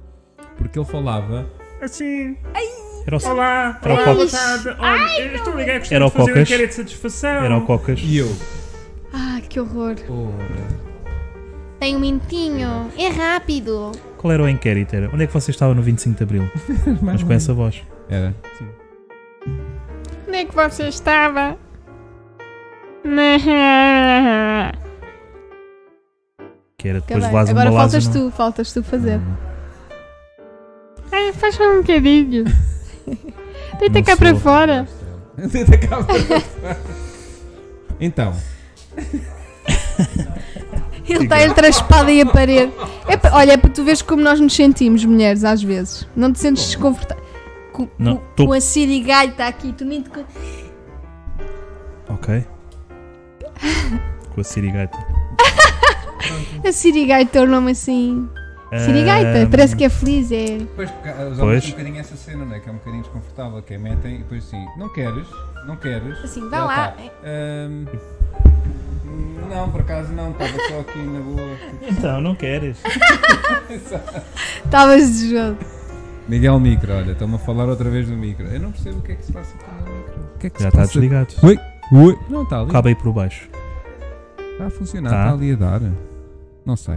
C: Porque ele falava.
E: Assim,
B: Era o,
E: olá,
B: Era o
E: olá,
B: Cocas.
E: boa tarde. Olha, eu estou a ligar,
B: Era
E: gostaria
B: o
E: de fazer um
B: Cocas.
E: inquérito de satisfação.
B: era o Cocas.
C: E eu.
A: Ah, que horror.
C: "Ora,
D: Tem um mentinho. É rápido.
B: Qual era o inquérito? Era, onde é que você estava no 25 de Abril? Mas com essa voz.
C: Era.
A: Onde é que você estava?
B: Que era depois de
A: Acabei.
B: Lázaro
A: Agora
B: uma é?
A: faltas é.
B: Lázaro.
A: tu, faltas tu fazer.
B: Ah.
D: faz só um bocadinho.
B: Deita cá para fora.
C: Tenta cá para Então.
A: Ele está entre a espada e a parede. É pa- olha, é para tu veres como nós nos sentimos, mulheres, às vezes. Não te sentes desconfortável. Com,
B: Não,
A: com,
B: tô-
A: com a sirigalha aqui, tu nem te... con-
B: Ah, Ok. Com a Sirigaita.
A: A sirigaita é um nome assim. Sirigaita,
B: Ahm,
A: parece que é feliz, é.
C: Pois, porque há- os
B: Pois.
C: homens têm um bocadinho essa cena, né? Que é um bocadinho desconfortável, que é metem e depois assim, não queres, não queres.
A: Assim, vá
C: Já
A: lá.
C: tá. Ahm, não, por acaso não, estava só aqui na boa.
B: Então, não queres.
A: Estavas de jogo.
C: Miguel Micro, olha, estão-me a falar outra vez do micro. Eu não percebo o que é que se passa com o meu micro. O que é que
B: Já
C: se
B: está
C: passa?
B: desligado.
C: Ui, não está ali.
B: Acaba aí por baixo.
C: Está a funcionar,
B: Tá.
C: está ali a dar. Não sei.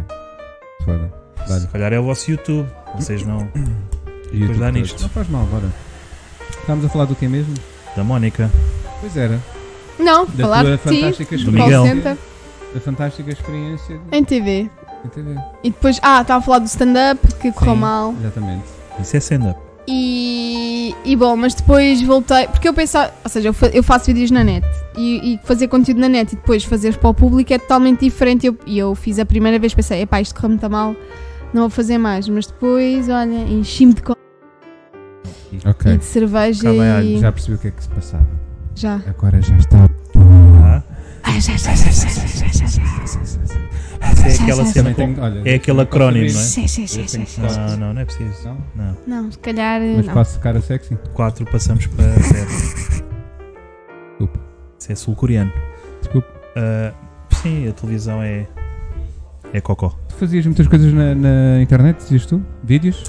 C: Foda. Dá-lhe.
B: Se calhar é o vosso YouTube. Vocês não.
C: YouTube
B: dá
C: todo.
B: nisto.
C: Não faz mal, bora. Estávamos a falar do que mesmo?
B: Da Mónica.
C: Pois era.
A: Não,
C: Da
A: falar
C: tua
A: de ti.
C: fantástica
B: Do
A: Call
B: Miguel.
A: center,
C: experiência. Da fantástica experiência. de-
A: em TV.
C: Entendeu?
A: E depois, ah, estava a falar do stand-up que correu
C: Sim,
A: mal.
C: Exatamente.
B: Isso é stand-up.
A: E, e bom, mas depois voltei, porque eu pensava, ou seja, eu, fa- eu faço vídeos na net e, e fazer conteúdo na net e depois fazer para o público é totalmente diferente. Eu- E eu, fiz a primeira vez, pensei, epá, isto correu muito mal, não vou fazer mais. Mas depois, olha, enchi-me de coca e
C: Ok.
A: de cerveja
C: Calma aí,
A: e.
C: já percebi o que é que se passava.
A: já.
C: Agora já está.
B: Ah,
A: Ah, já, já.
B: Mas É aquela
A: Sim,
B: cena
C: Também tem-
B: com-
C: olha,
B: É aquele acrónimo, não é?
A: Sim, sim, sim,
C: Eu
A: sim.
C: tenho
A: sim.
C: que falar.
B: Não, não, não é preciso.
C: Não?
B: Não.
A: Não, se calhar
C: Mas
A: não.
C: passo cara sexy.
B: 4 passamos para 0.
C: Desculpa.
B: Isso é sul-coreano.
C: Desculpa.
B: Ah, sim, a televisão é. É cocó.
C: Tu fazias muitas coisas na, na internet, dizias tu? Vídeos?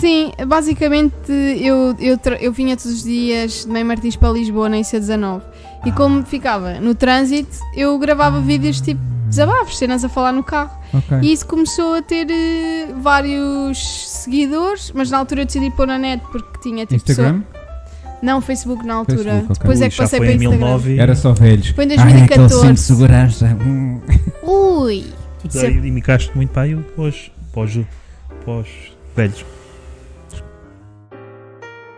A: Sim, basicamente eu, eu, tra- eu vinha todos os dias de Mãe Martins para Lisboa na IC19
B: Ah.
A: e como ficava no trânsito, eu
B: Hum.
A: gravava vídeos tipo desabafos, cenas a falar no carro
B: É.
C: Ok.
A: e isso começou a ter eh, vários seguidores, mas na altura eu decidi pôr na net porque tinha tipo
C: Instagram?
A: só- Não, Facebook na altura.
C: Facebook, ok.
A: Depois é
B: Ui,
A: que
B: já
A: passei
B: foi
A: para
B: em
A: Instagram.
B: 2009.
C: Era só velhos.
A: Foi em
C: Ah, aquele cinto de
A: 2014.
C: segurança. Hum.
D: Ui.
B: Tu daí imicaste muito para aí hoje. Pós. Pós. Velhos.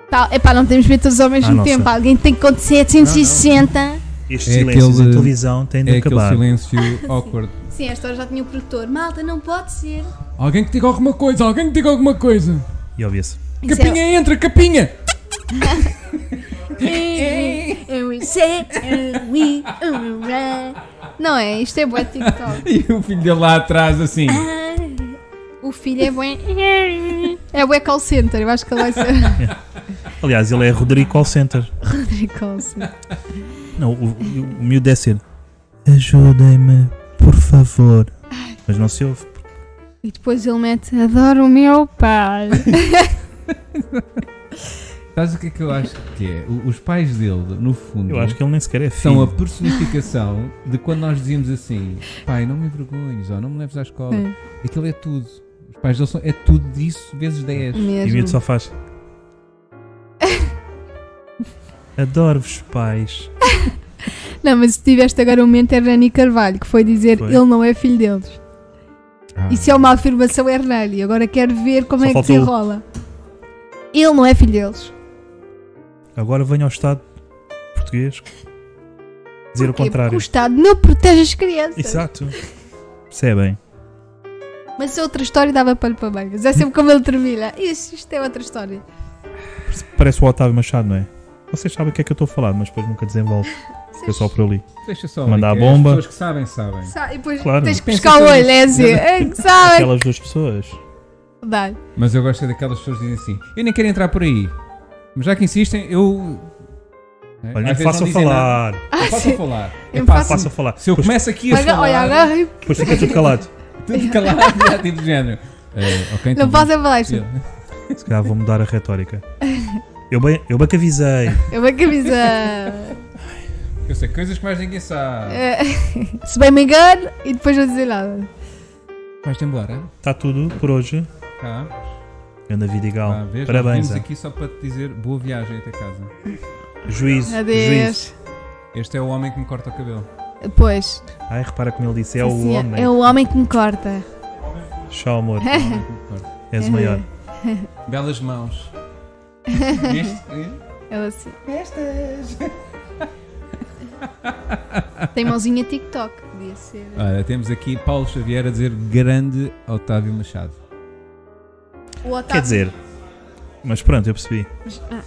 A: Tal- Tá, Epá, não temos ver todos ao mesmo
B: Ah, não
A: tempo.
B: sei.
A: Alguém tem que acontecer.
D: 160.
B: Estes
C: É
B: silêncios
C: aquele-
B: em televisão têm de
C: É aquele
B: acabar.
C: silêncio awkward.
A: Sim, esta hora já tinha o produtor. Malta, não pode ser.
C: Alguém que diga alguma coisa, alguém que diga alguma coisa.
B: E obvio-se.
A: Isso é-
C: capinha entra, capinha!
A: Não é? Isto é bué TikTok. Ah,
C: E o filho dele lá atrás assim.
A: O filho é bué. É bué call center. Eu acho que ele vai ser
B: Aliás, ele é Rodrigo Call Center.
A: Rodrigo call center.
B: Não, o, o, o miúdo é deve ser. Ajudem-me, por favor. Mas não se ouve.
A: E depois ele mete: Adoro o meu pai.
C: Sabes o que é que eu acho que é? O- Os pais dele, no fundo,
B: Eu acho que ele nem sequer é
C: são a
B: filho.
C: personificação de quando nós dizíamos assim: pai, não me envergonhes, ou não me leves à escola.
A: Sim.
C: Aquilo é tudo. Os pais dele são, é tudo disso vezes 10.
B: E o miúdo
A: Mesmo.
B: só faz. Adoro-vos, pais.
A: Não, mas se tiveste agora um momento, é Rani Carvalho, que foi dizer:
B: Foi.
A: Ele não é filho deles.
C: Ah.
A: Isso é uma afirmação Hernani. Agora quero ver como
B: Só um.
A: é que
B: faltou-
A: desenrola. Ele não é filho deles.
B: Agora venho ao Estado português dizer
A: Porquê?
B: o
A: Porque o
B: contrário.
A: Estado é não protege as crianças.
B: Exato. é Percebem?
A: Mas é outra história dava pano para mangas. É sempre como ele termina. Isto, isto é outra história.
B: Parece o Otávio Machado, não é? Vocês sabem o que é que eu estou a falar, mas depois nunca desenvolve. Fica só por ali.
C: Deixa só.
B: Mandar a
C: ali, que
B: bomba.
C: As pessoas que sabem, sabem.
A: Sa- E depois
B: Claro.
A: tens que
C: Pensa
A: pescar o
C: sobre
A: olho,
C: isso.
A: é assim. É que sabe.
B: Aquelas duas pessoas.
A: Dá.
C: Mas eu gosto é daquelas pessoas que dizem assim: eu nem quero entrar por aí. Mas já que insistem, eu. É?
B: Olha, nem
C: Às
B: me
C: vezes
B: façam
C: não dizem nada.
B: falar.
C: Não
A: Ah, sim.
C: façam falar.
A: Eu
C: É
A: me
C: fácil.
B: Faça falar.
C: Se eu
B: Depois,
C: começo aqui a
A: Olha,
C: falar,
A: olha, agora
B: depois fica tudo calado.
C: tudo calado, já, tipo de género. É, ok, então
A: não posso falar isto.
B: Se calhar vou mudar a retórica. Eu bem, eu bem que avisei.
A: É uma camisa.
C: Eu sei coisas que mais ninguém sabe.
A: É, Se bem me engano, e depois não dizer nada.
C: Vais-te embora?
B: Está Tá tudo por hoje.
C: Cá,
B: Anda Vidigal.
C: cá, vês?
B: Parabéns. é.
C: Nós
B: Zé.
C: Vimos aqui só para te dizer boa viagem até casa.
B: Juízo. Juízo.
A: Adeus.
C: Este é o homem que me corta o cabelo.
A: Pois.
B: Ai, repara como ele disse. É
A: Sim,
B: o
A: senhor.
B: homem.
A: É o homem que me corta.
B: Tchau, amor.
A: É.
C: Corta.
B: És o maior.
C: Belas mãos. Viste?
A: Ela assim. Estas. Tem mãozinha TikTok. Podia ser.
C: Olha, temos aqui Paulo Xavier a dizer grande Otávio Machado.
A: O Otávio.
B: Quer dizer. Mas pronto, eu percebi.
A: Mas- ah,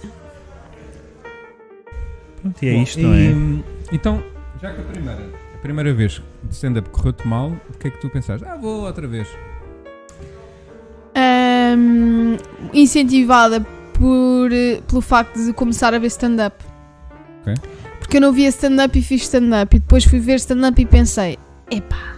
B: Pronto, e é
C: Bom,
B: isto, não é?
C: e, Então, já que a primeira, a primeira vez de stand-up correu-te mal, o que é que tu pensaste? Ah, vou outra vez.
A: Ahm, incentivada por, eh, pelo facto de começar a ver stand-up.
C: Ok.
A: Porque eu não via stand-up e fiz stand-up. E depois fui ver stand-up e pensei: epá,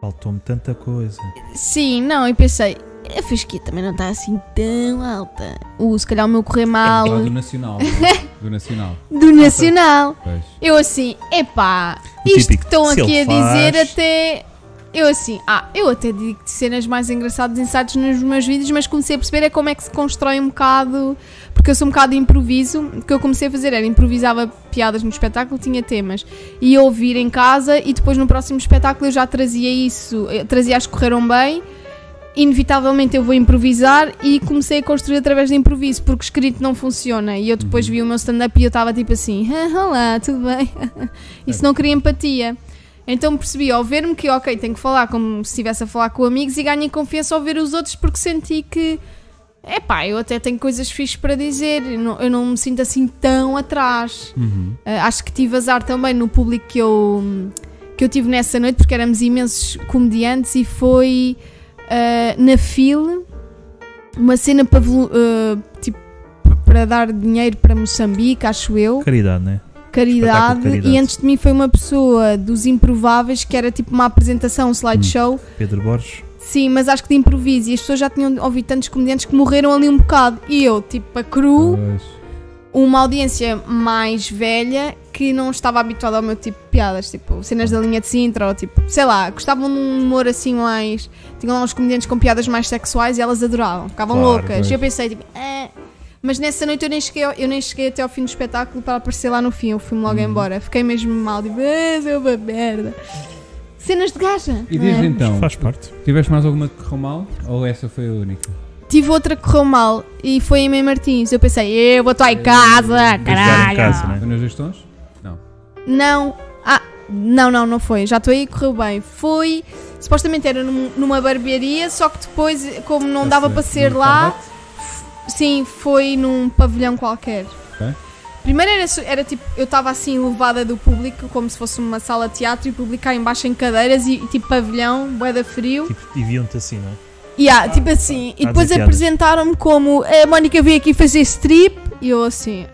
B: Faltou-me tanta coisa.
A: sim, não. E pensei: a fasquia também não está assim tão alta. Uh, se calhar o meu correr mal.
C: Lá do Nacional. não é? do Nacional.
A: do Nacional.
C: Pois.
A: Eu assim: epá,
B: O
A: isto
B: típico,
A: que estão
B: tipo, se
A: aqui
B: ele
A: a dizer
B: faz-
A: até. Eu assim, ah, eu até digo de cenas mais engraçadas, insights nos meus vídeos, mas comecei a perceber é como é que se constrói um bocado, porque eu sou um bocado de improviso, o que eu comecei a fazer era improvisava piadas no espetáculo, tinha temas, e ouvir em casa, e depois no próximo espetáculo eu já trazia isso, eu trazia as que correram bem, inevitavelmente eu vou improvisar, e comecei a construir através de improviso, porque escrito não funciona, e eu depois vi o meu stand-up e eu estava tipo assim, ah, olá, tudo bem? isso não cria empatia. Então percebi ao ver-me que, ok, tenho que falar como se estivesse a falar com amigos e ganhei confiança ao ver os outros porque senti que, epá, eu até tenho coisas fixes para dizer, eu não, eu não me sinto assim tão atrás.
C: Uhum.
A: Ah, acho que tive azar também no público que eu, que eu tive nessa noite, porque éramos imensos comediantes, e foi ah, na FIL uma cena para, volu- ah, tipo, para dar dinheiro para Moçambique, acho eu
B: Caridade, né? Espetáculo
A: caridade,
B: de caridade.
A: e antes de mim foi uma pessoa dos improváveis que era tipo uma apresentação, um slideshow.
B: Pedro Borges.
A: Sim, mas acho que de improviso. E as pessoas já tinham ouvido tantos comediantes que morreram ali um bocado. E eu, tipo, a cru,
C: Pois.
A: uma audiência mais velha que não estava habituada ao meu tipo de piadas, tipo cenas da linha de Sintra, ou tipo, sei lá, gostavam de um humor assim mais. Tinham lá uns comediantes com piadas mais sexuais e elas adoravam, ficavam
B: Claro,
A: loucas.
C: pois.
A: E eu pensei, tipo, "Ah." mas nessa noite eu nem, cheguei, ao- eu nem cheguei até ao fim do espetáculo para aparecer lá no fim, eu fui-me
C: Uhum.
A: logo embora. Fiquei mesmo mal, tipo, ah, sou uma merda. Cenas de gaja.
C: E
A: não é?
C: diz então,
B: Faz parte.
C: tiveste mais alguma que correu mal? Ou essa foi a única?
A: Tive outra que correu mal e foi em Mãe Martins. Eu pensei, eu vou estar em casa,
B: Vou jogar em
A: caralho.
B: casa, né?
C: Foi nos dois tons?
A: Não. Ah, não, não, não foi. Já estou aí, correu bem. Foi. Supostamente era num- numa barbearia, só que depois, como não
C: Essa um
A: dava para ser
C: no
A: lá,
C: combate?
A: sim, foi num pavilhão qualquer.
C: Ok.
A: Primeiro era, su- era tipo, eu estava assim levada do público, como se fosse uma sala de teatro, e o público cá embaixo em cadeiras e, e tipo pavilhão, boeda frio.
B: Tipo, e viam-te assim, não é?
A: E ah, tipo assim, e
B: Ah,
A: depois
B: dizer piadas.
A: apresentaram-me como a Mónica veio aqui fazer strip e eu assim.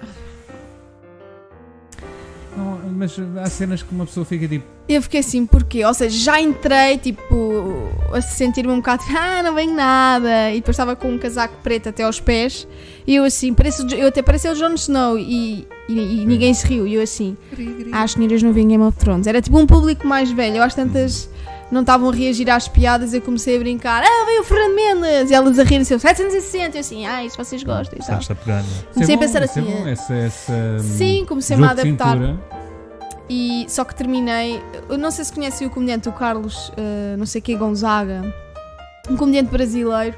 C: Não, mas há cenas que uma pessoa fica tipo,
A: Eu fiquei assim, porquê? Ou seja, já entrei, tipo, a sentir-me um bocado, ah, não venho nada. E depois estava com um casaco preto até aos pés. E eu assim, pareço, o Jo- eu até parecia o Jon Snow e, e- e ninguém se riu. E eu assim, ah, as senhoras não viam Game of Thrones. Era tipo um público mais velho. Eu às tantas não estavam a reagir às piadas. Eu comecei a brincar, ah, veio o Fernando Mendes. E elas a rirem-se, eu, 760. Eu assim, ah, isto vocês gostam e tal.
B: Sabes-te a pegar, né?
C: isso
A: Comecei
C: é
A: a
C: bom,
A: pensar
C: isso é
A: assim,
C: bom,
A: eh,
C: essa, essa, hum,
A: Sim, comecei-me a
C: jogo de
A: adaptar.
C: cintura.
A: E só que terminei. Eu não sei se conhecem o comediante o Carlos, eh, não sei que Gonzaga, um comediante brasileiro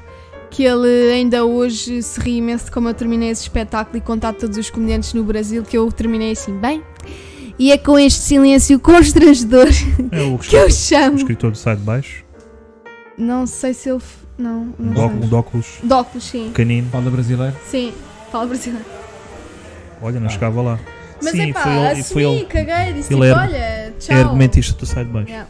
A: que ele ainda hoje se ri imenso de como eu terminei esse espetáculo e contar todos os comediantes no Brasil que eu terminei assim bem. E é com este silêncio constrangedor
B: É o
A: que eu
B: escritor, o
A: chamo.
B: escritor do Sai de Baixo.
A: Não sei se ele. f- Não,
B: Um
A: não
B: dó-
A: sei.
B: um de óculos
A: Dóculos, sim.
B: pequenino.
C: Fala brasileiro.
A: Sim, fala brasileiro.
B: Olha, não
C: Ah.
B: chegava lá.
A: Mas
B: Sim,
A: é pá,
B: foi ele-
A: assumi,
B: foi ele-
A: caguei, disse
B: ele
A: tipo,
B: é-
A: olha, tchau. É.
B: É argumentista do Sai de Baixo.
A: Yeah.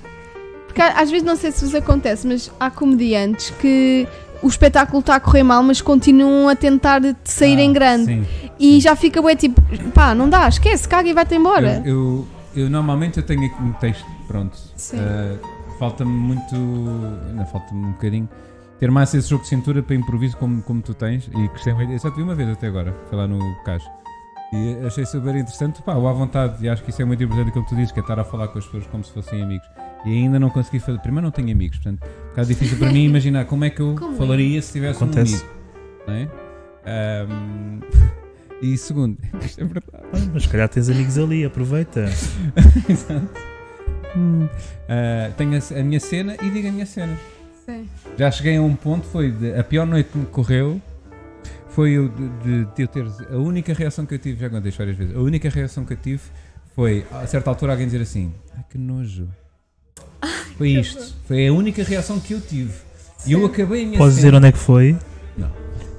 A: Porque há- às vezes não sei se vos acontece, mas há comediantes que o espetáculo está a correr mal, mas continuam a tentar de sair em
C: Ah,
A: grande.
C: Sim.
A: E já fica bué tipo, pá, não dá, esquece, caga e vai-te embora.
C: Eu, eu, eu normalmente eu tenho aqui um texto pronto.
A: Sim.
C: Ah, falta-me muito. Ainda falta-me um bocadinho. Ter mais esse jogo de cintura para improviso como, como tu tens. E gostei muito. Eu só te vi uma vez até agora. Foi lá no Cais. E achei super interessante. Pá, o à vontade. E acho que isso é muito importante aquilo que tu dizes, que é estar a falar com as pessoas como se fossem amigos. E ainda não consegui fazer. Primeiro, não tenho amigos. Portanto, é um bocado difícil para mim imaginar como é que eu
A: Como é?
C: falaria se tivesse
B: Acontece.
C: um amigo. Não é? Ahm, e segundo, isto é verdade.
B: Ah, mas se calhar tens amigos ali, aproveita.
C: Exato. Ah, tenho a, a minha cena e digo a minha cena.
A: Sim.
C: Já cheguei a um ponto, foi de- a pior noite que me correu foi eu de, de- de eu ter a única reação que eu tive, já contei isto várias vezes, a única reação que eu tive foi a certa altura alguém dizer assim, ai que nojo. Foi isto. Foi a única reação que eu tive. E eu acabei a minha
B: Podes
C: cena.
B: dizer onde é que foi?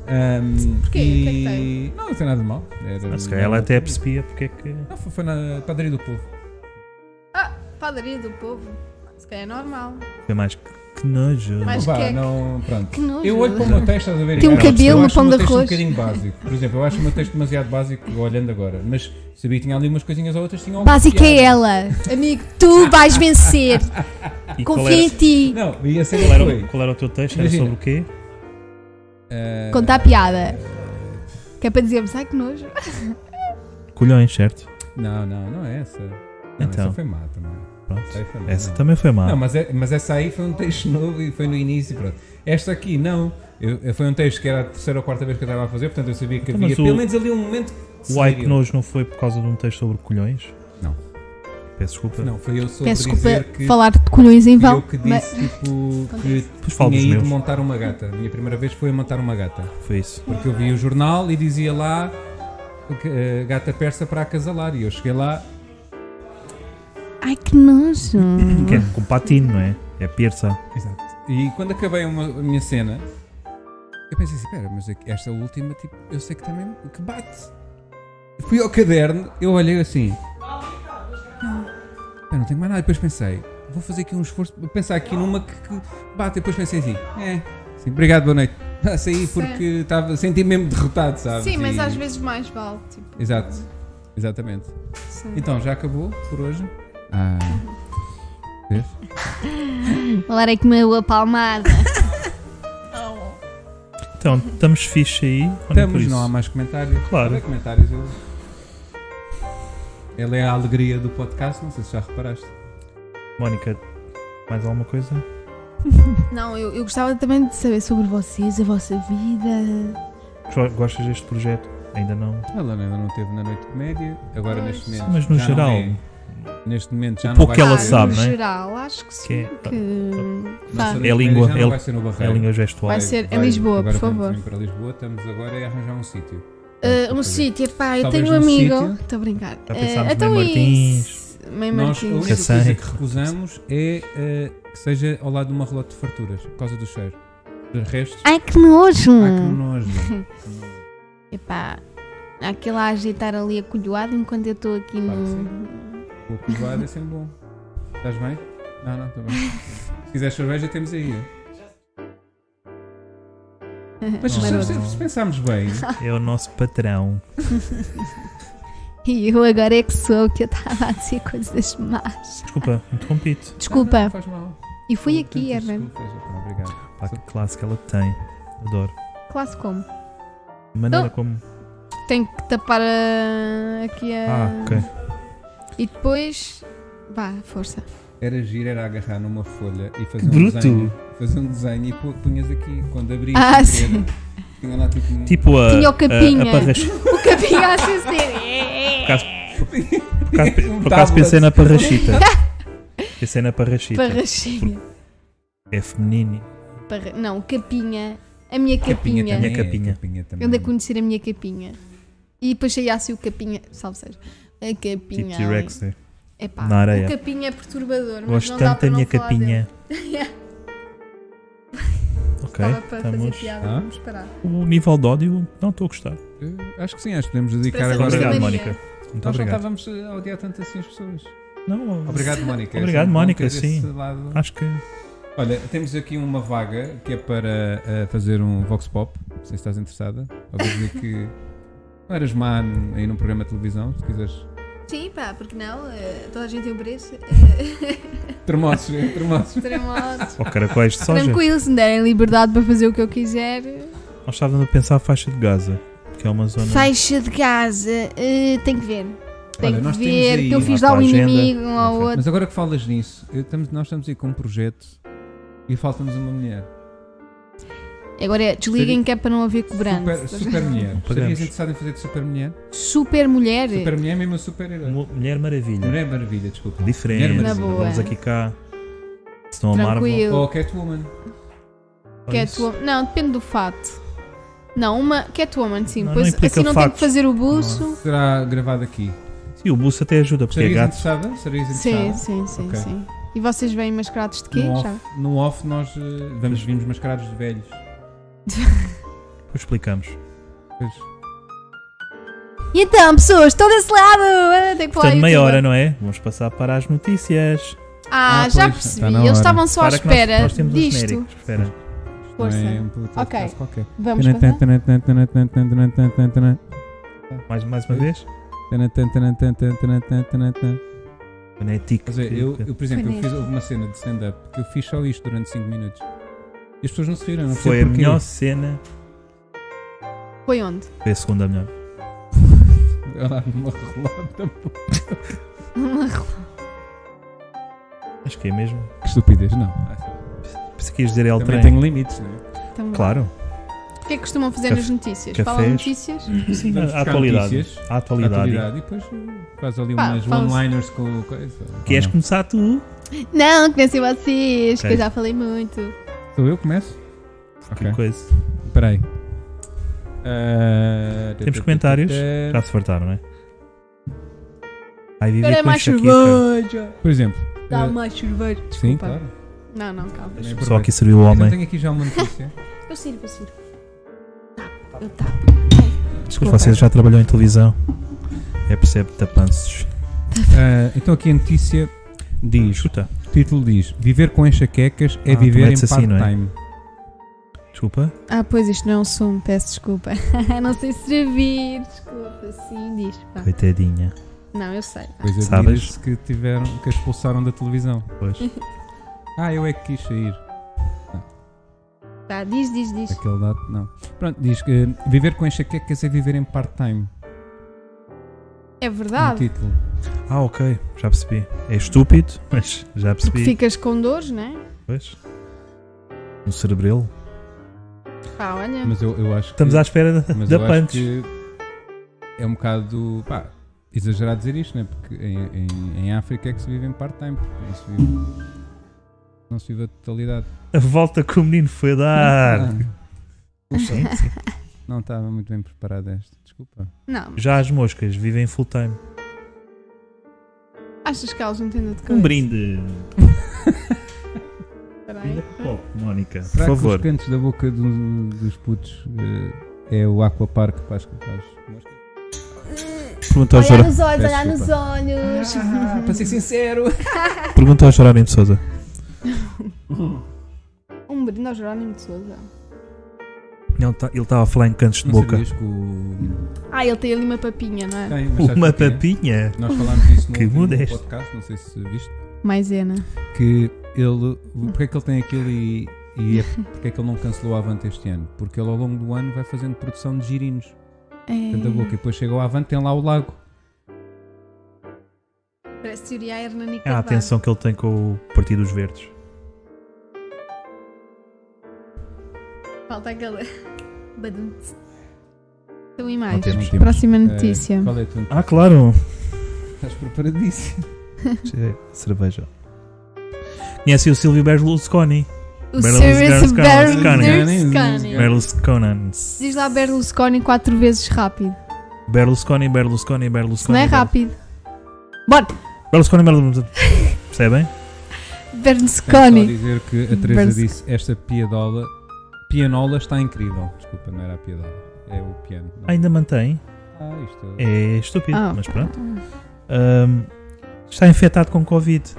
C: Ahm,
A: Porquê?
C: E...
A: O que é que tem?
C: Não, não tem nada de mal. Era-
B: Ah, se calhar ela até
C: era-
B: percebia porque é que.
C: Não, foi, foi na padaria do povo.
A: Padaria do povo, se calhar é normal.
B: Foi mais que, que nojo.
A: Mas- Acho
C: Pá,
A: que é-
C: não, pronto.
A: Que nojo.
C: Eu olho para o meu texto, estás a ver?
A: Tem um
C: Cara,
A: cabelo,
C: eu acho
A: um pão
C: o meu
A: de
C: texto
A: arroz.
C: um bocadinho básico. Por exemplo, eu acho o meu texto demasiado básico, olhando agora. Mas sabia que tinha ali umas coisinhas ou outras. Tinha alguma
A: Básica é
C: piada.
A: ela, amigo, tu vais vencer,
B: E
C: é?
B: qual
A: confia em
B: era,
A: ti,
C: Não, e a cena
B: qual, era,
C: foi...
B: o- qual era o teu texto? Era
C: Imagina.
B: sobre o quê?
C: eh,
A: conta a piada. Que é para dizermos, ai que nojo.
B: Colhões, certo?
C: Não, não, não é essa. Não,
B: Então.
C: essa foi má também. Essa aí
B: Pronto.
C: foi má,
B: Essa tá-
C: não.
B: também foi má.
C: Não, mas, é- mas essa aí foi um texto novo e foi no início, pronto. Esta aqui, não. Eu- eu- foi um texto que era a terceira ou quarta vez que eu estava a fazer, portanto eu sabia que
B: Então,
C: havia
B: mas o-
C: pelo menos ali um momento que
B: o ai
C: se
B: que
C: viu.
B: nojo não foi por causa de um texto sobre colhões?
C: Não.
B: Peço desculpa.
C: Não, foi eu sobre
A: Peço
C: dizer
A: desculpa
C: que...
A: falar de colhões em
C: E
A: vão.
C: eu que
A: mas-
C: disse tipo, que
B: Pois falo
C: tinha
B: dos
C: ido
B: meus.
C: montar uma gata. A minha primeira vez foi a montar uma gata.
B: Foi isso.
C: Porque eu vi o jornal e dizia lá que, eh, gata persa para acasalar. E eu cheguei lá,
A: Ai que nojo.
B: Que é com patino, não é? É persa.
C: exato. E quando acabei uma- a minha cena, eu pensei assim: espera, mas é que esta última, tipo, eu sei que também que bate. Fui ao caderno, eu olhei assim. "Ah, pá, não tenho mais nada. E depois pensei, vou fazer aqui um esforço, vou pensar aqui numa que, que bate. E depois pensei assim, é, sim, obrigado, boa noite. Saí porque estava, senti-me mesmo derrotado, sabes?
A: Sim, mas
C: E-
A: às vezes mais vale. Tipo,
C: Exato, exatamente.
A: sim.
C: Então, já acabou por hoje? Ah. Vês?
D: Lara comeu a palmada.
B: Então, estamos fixe aí. Olha por
C: Estamos,
B: isso.
C: não há mais comentários.
B: Claro.
C: Não há comentários. Eu... Ela é a alegria do podcast, não sei se já reparaste.
B: Mónica, mais alguma coisa?
A: Não, eu, eu gostava também de saber sobre vocês, a vossa vida.
B: Go- Gostas deste projeto? Ainda não.
C: Ela ainda não teve na noite de comédia, agora
A: Pois.
C: neste momento.
B: Mas no
C: já não
B: geral,
C: é. Neste momento já
B: o
C: não
B: pouco
C: vai
B: que ela
A: Ah,
C: ser-
B: sabe,
A: no
B: não é?
A: geral, acho que sim.
B: Que é-
A: que- Tá.
C: Nossa noite
B: É
C: de comédia
B: língua-
C: já
B: é-
C: não vai ser no
B: É a
C: Barreiro.
B: língua gestual.
A: Vai ser em Lisboa,
C: agora
A: por
C: vamos
A: favor.
C: vir para Lisboa, estamos agora a arranjar um sítio.
A: Ah, um
C: Fazer.
A: sítio, pá, eu
C: Talvez
A: tenho um
C: num
A: amigo.
C: sítio.
A: Estou a brincar.
B: Já
A: Ah,
B: pensámos em
A: então
B: Martins.
A: isso. Mãe
C: Nós, a
A: É Martins.
C: única
B: Eu sei.
C: coisa que recusamos é eh, que seja ao lado de uma relógio de farturas, por causa do cheiro. De resto,
D: Ai que nojo!
C: há
A: Hum.
C: que nojo.
A: Epá, há aquele a agitar ali a colhoada enquanto eu estou aqui
C: Claro que
A: no.
C: O privado é sempre bom. Estás bem? Não, não, estou bem. Se quiser cerveja, temos aí. Mas se,
B: Não.
C: se- se pensarmos bem,
A: Ah,
B: É o nosso patrão.
A: E eu agora é que sou que eu estava a dizer coisas más.
B: Desculpa, interrompi-te.
A: Desculpa,
C: não faz mal.
A: e fui
C: Não,
A: aqui,
C: tantas
A: Herman.
C: desculpas. Pá, Obrigado.
B: Pá, que classe que ela tem. Adoro.
A: Classe como?
B: A maneira como.
A: Tenho que tapar ah, aqui a.
B: Ah, ok.
A: E depois. Vá, força.
C: Era giro, era agarrar numa folha e fazer
B: Que
C: um
B: bruto.
C: desenho. Fazer um desenho e pu- punhas aqui, quando abrias,
A: Ah,
C: sem
A: sim.
C: querer, tinha lá tipo um...
B: Tipo a.
A: Tinha o
B: a-
A: capinha.
B: A, parras-
A: O cabinho a acender.
B: Por acaso,
C: Um
B: por acaso
C: tablet.
B: pensei na parrachita. pensei na parrachita.
A: Parrachinha.
B: É feminino.
A: Parra... Não, capinha. A minha capinha. é
C: capinha também.
B: Minha capinha.
C: capinha também.
A: Eu andei a conhecer a minha capinha. E depois cheguei assim o capinha. Salve seja. A capinha.
B: Tipo
A: ali.
B: T-Rex, né?
A: Epá,
B: na areia.
A: O capinha é perturbador. Mas
B: Gosto
A: não dá
B: tanto
A: para
B: da
A: não
B: minha
A: falar
B: capinha.
A: dele. Yeah,
B: Ok,
A: Estava para fazer
B: estamos.
A: piada.
C: Ah?
A: Vamos parar.
B: O nível de ódio, não estou a gostar.
C: Eh, Acho que sim, acho que podemos dedicar
A: Parece
C: agora...
A: Obrigado,
B: Obrigado,
A: Maria.
B: Mónica. Muito
C: Nós não
B: obrigado.
C: estávamos eh, a odiar tanto assim as pessoas.
B: Não,
C: Obrigado, Mónica. É
B: Obrigado,
C: sempre bom
B: Mónica,
C: ter esse
B: sim.
C: lado.
B: Acho que.
C: Olha, temos aqui uma vaga que é para eh, fazer um Vox Pop, se estás interessada. Ou dizer que não eras má n- aí num programa de televisão, se quiseres.
A: Sim, pá, porque não? Eh, toda a gente tem um preço.
C: Termoços, eh, termoços.
A: Tremoso.
B: Ou caracóis de soja.
A: Tranquilo, se me derem liberdade para fazer o que eu quiser.
B: Nós estávamos a pensar a faixa de Gaza, que é uma zona.
A: Faixa de Gaza. eh, tem que ver. Tem
C: Olha, nós
A: que
C: temos
A: ver.
C: aí-
A: que eu fiz
B: Vai
A: lá
B: para
A: um
B: a agenda.
A: inimigo, um ao
B: Ok.
A: outro.
C: Mas agora que falas nisso, eu estamos- nós estamos aí com um projeto e falta-nos uma mulher.
A: Agora é, desliguem que é para não haver
C: Super,
A: cobrança.
C: super mulher.
B: Podemos.
C: Estarias interessado em fazer de super mulher?
A: Super mulher. eh,
C: Super mulher é mesmo um super herói.
B: Mu- Mulher Maravilha.
C: Mulher Maravilha, desculpa.
B: Diferente.
C: Mulher
A: Maravilha. Na boa.
B: Vamos aqui cá. Se não a Marvel.
A: Tranquilo. é
C: Ou Oh, Catwoman.
B: olha isso.
A: Catwoman. Não, depende do fato. Não, uma é Catwoman, sim.
B: Não,
A: pois
B: não implica
A: assim não tem que
B: fatos.
A: fazer o buço.
C: Será gravado aqui.
B: Sim, o buço até ajuda, porque é
C: Estarias
B: gato.
C: interessada? Estarias
A: Sim,
C: interessada?
A: sim, sim,
C: Ok.
A: sim. E vocês vêm mascarados de quê?
C: No
A: Já?
C: off, no off nós eh, vamos vimos mascarados de velhos.
B: Depois explicamos.
C: Pois.
A: E então, pessoas, estão desse lado! Ah, Tem que falar
B: Portanto, meia
A: youtuber.
B: hora, não é? Vamos passar para as notícias.
A: Ah,
C: Ah,
A: já
C: pois,
A: percebi.
C: está na
A: Eles
C: hora.
A: estavam só à
B: tá para que nós-
A: espera
B: nós, temos um
A: disto.
B: genérico. Espera.
A: Força.
C: Não é um puto
A: Ok.
C: caso qualquer.
A: Vamos passar.
B: Mais, mais
C: É.
B: uma vez? Genético.
C: Mas é, eu, eu, por exemplo, eu fiz
A: Frenético.
C: houve uma cena de stand-up que eu fiz só isto durante 5 minutos. E as pessoas não se riram, não
B: Foi
C: sei
B: a
C: porquê.
B: melhor cena.
A: Foi onde?
B: Foi a segunda melhor.
C: Olha lá, uma relota.
B: Acho que é mesmo.
C: Que estupidez, não.
B: Pensei que ias dizer El
C: Ah, Também
B: Trem.
C: tem limites, não é?
A: Então vá.
B: Claro.
A: O que é que costumam fazer
B: Caf-
A: nas notícias?
B: cafés.
A: Falam notícias?
B: Sim,
C: Vamos
B: a
C: buscar
B: atualidade.
C: notícias,
B: A atualidade.
C: atualidade. E depois eh, faz ali
A: Pá,
C: umas
A: faz-
C: one-liners com coisa.
B: Queres
C: Ou não?
B: começar tu?
A: Não, conhecem vocês,
B: Ok.
A: que eu já falei muito.
C: Sou eu que começo?
B: Que
C: Ok.
B: coisa.
C: Espera aí. Ah,
B: Temos comentários?
C: tã, tã,
B: Já se fartaram, não é? Ai, Vivi
A: Agora é
B: com
A: mais
B: enxaqueca.
A: cerveja.
C: tã. Por exemplo.
A: Dá
C: eh,
A: mais cerveja.
C: Sim,
A: Desculpa.
C: claro.
A: Não, não, calma.
C: Também
B: Só
C: aproveito.
B: aqui serviu o
C: Eu
B: homem.
C: tenho aqui já uma notícia.
A: Eu sirvo, eu sirvo. Tapo, eu tapo.
B: Depois vocês já trabalhou em televisão. É percebe tapanços.
C: Eh, Ah, então aqui a notícia Diz,
B: Chuta.
C: o título diz: Viver com enxaquecas é
B: Ah,
C: viver em
B: tomate assim, não é?
C: part-time.
B: Desculpa.
A: Ah, pois isto não é um som, peço desculpa. não sei servir, desculpa, sim, diz. vá.
B: Coitadinha.
A: Não, eu sei. vá.
C: Pois
B: Sabes?
C: admira-se que tiveram, que a expulsaram da televisão.
B: Pois.
C: Ah, eu é que quis sair.
A: Tá, diz, diz, diz.
C: Aquele dado, não. Pronto, diz que eh, viver com enxaquecas é viver em part-time.
A: É
C: No
A: verdade.
C: título.
B: Ah, ok. Já percebi. É estúpido, mas já
A: Porque
B: percebi.
A: ficas com dores, né?
B: Pois. Um No cerebelo.
A: Pá, olha.
C: Mas eu, eu acho que.
B: Estamos à espera da,
C: mas
B: da
C: eu acho
B: punch.
C: que é um bocado. pá, exagerado dizer isto, né? Porque em, em, em África é que se vive em part-time. porque Não se vive, não se vive a totalidade.
B: A volta que o menino foi dar. Sim, sim.
C: Ah, Não estava muito bem preparado esta, desculpa.
A: Não,
B: Já as moscas vivem full time.
A: achas que elas não têm nada de
B: Um
A: coisa?
B: brinde.
A: Espera aí.
B: Brinde a pouco, Mónica. Por
C: Será
B: favor.
C: que os cantos da boca do- dos putos eh, é o aquapark para as, para as moscas?
B: Pergunta ao,
D: Olhar
B: Jora...
D: nos olhos,
C: Peço
D: olhar nos
C: desculpa. Ah,
D: olhos.
C: para ser sincero.
B: Pergunta ao Jerónimo de Souza.
A: Um brinde ao Jerónimo de Souza.
B: Ele tá- ele estava a falar em cantos de
C: Não
B: boca.
C: sabias que o...
A: Ah, ele tem ali uma papinha, não é?
C: Tem, mas sabes
B: Uma
C: porquê?
B: papinha.
C: Nós falámos disso no
B: Que
C: último
B: modesto.
C: podcast, não sei se viste,
B: É.
A: Maisena.
C: que ele... Porque é que ele tem aquilo e... e é, porque é que ele não cancelou a Avante este ano? Porque ele ao longo do ano vai fazendo produção de girinos.
A: É...
C: Portanto, a boca. E depois chega ao Avante, tem lá o lago.
A: Parece teoria Hernani
B: É a
A: Carvalho.
B: atenção que ele tem com o Partido dos Verdes.
A: Falta aquela... Badum. Então e
B: Não
A: mais?
B: temos.
A: Próxima
C: Eh,
A: notícia.
C: qual é a tua notícia?
B: Ah, claro.
C: Estás preparadíssimo.
B: Cerveja. Conhece o Silvio Berlusconi.
A: o
B: Berlusconi.
A: Sirius
B: Berlusconi.
A: Berlusconi.
B: Berlusconi.
A: Diz lá Berlusconi quatro vezes rápido.
B: Berlusconi, Berlusconi,
A: Se
B: Berlusconi.
A: não é
B: Berlusconi.
A: rápido. Bora!
B: Berlusconi, Berlusconi. Percebem? É
C: Tenho só
A: Berlusconi.
C: dizer que a Teresa
A: Berlusconi.
C: disse esta piadola, pianola está incrível. Desculpa, não era a piadola, é o piano. Não.
B: Ainda mantém.
C: Ah, isto é...
B: É estúpido,
A: Ah.
B: mas pronto. Ahm, está infectado com Covid.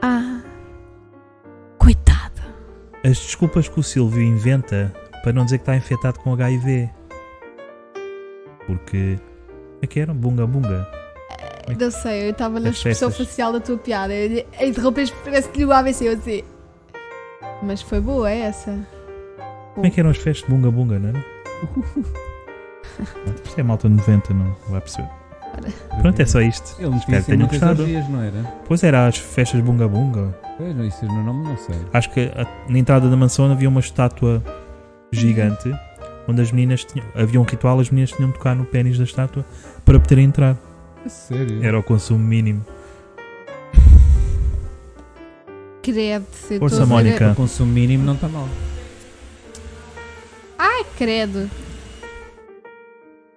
A: Ah. Coitado.
B: As desculpas que o Silvio inventa para não dizer que está infectado com HIV. Porque. Como é que era? Bunga bunga.
A: Eu sei, eu estava na
B: é As
A: expressão
B: festas.
A: facial da tua piada. Eu interrompes, parece-lhe o ABC. Eu disse. Mas foi boa essa.
B: Como é que eram as festas de bunga bunga, não era? Isto é malta 90, não vai perceber. Pronto, é só isto.
C: Ele metia
B: Espero que
C: assim
B: tenham
C: muitas
B: gostado.
C: orgias, não era?
B: Pois era as festas bunga bunga.
C: Pois, não, isso no nome não sei.
B: Acho que a- na entrada da mansão havia uma estátua gigante onde as meninas tinham. Havia um ritual, as meninas tinham de tocar no pênis da estátua para poderem entrar.
C: A É sério?
B: Era o consumo mínimo.
A: Credo. eu
B: Força,
A: estou a ver-
B: Mónica.
C: O consumo mínimo não está mal.
A: Ai, credo.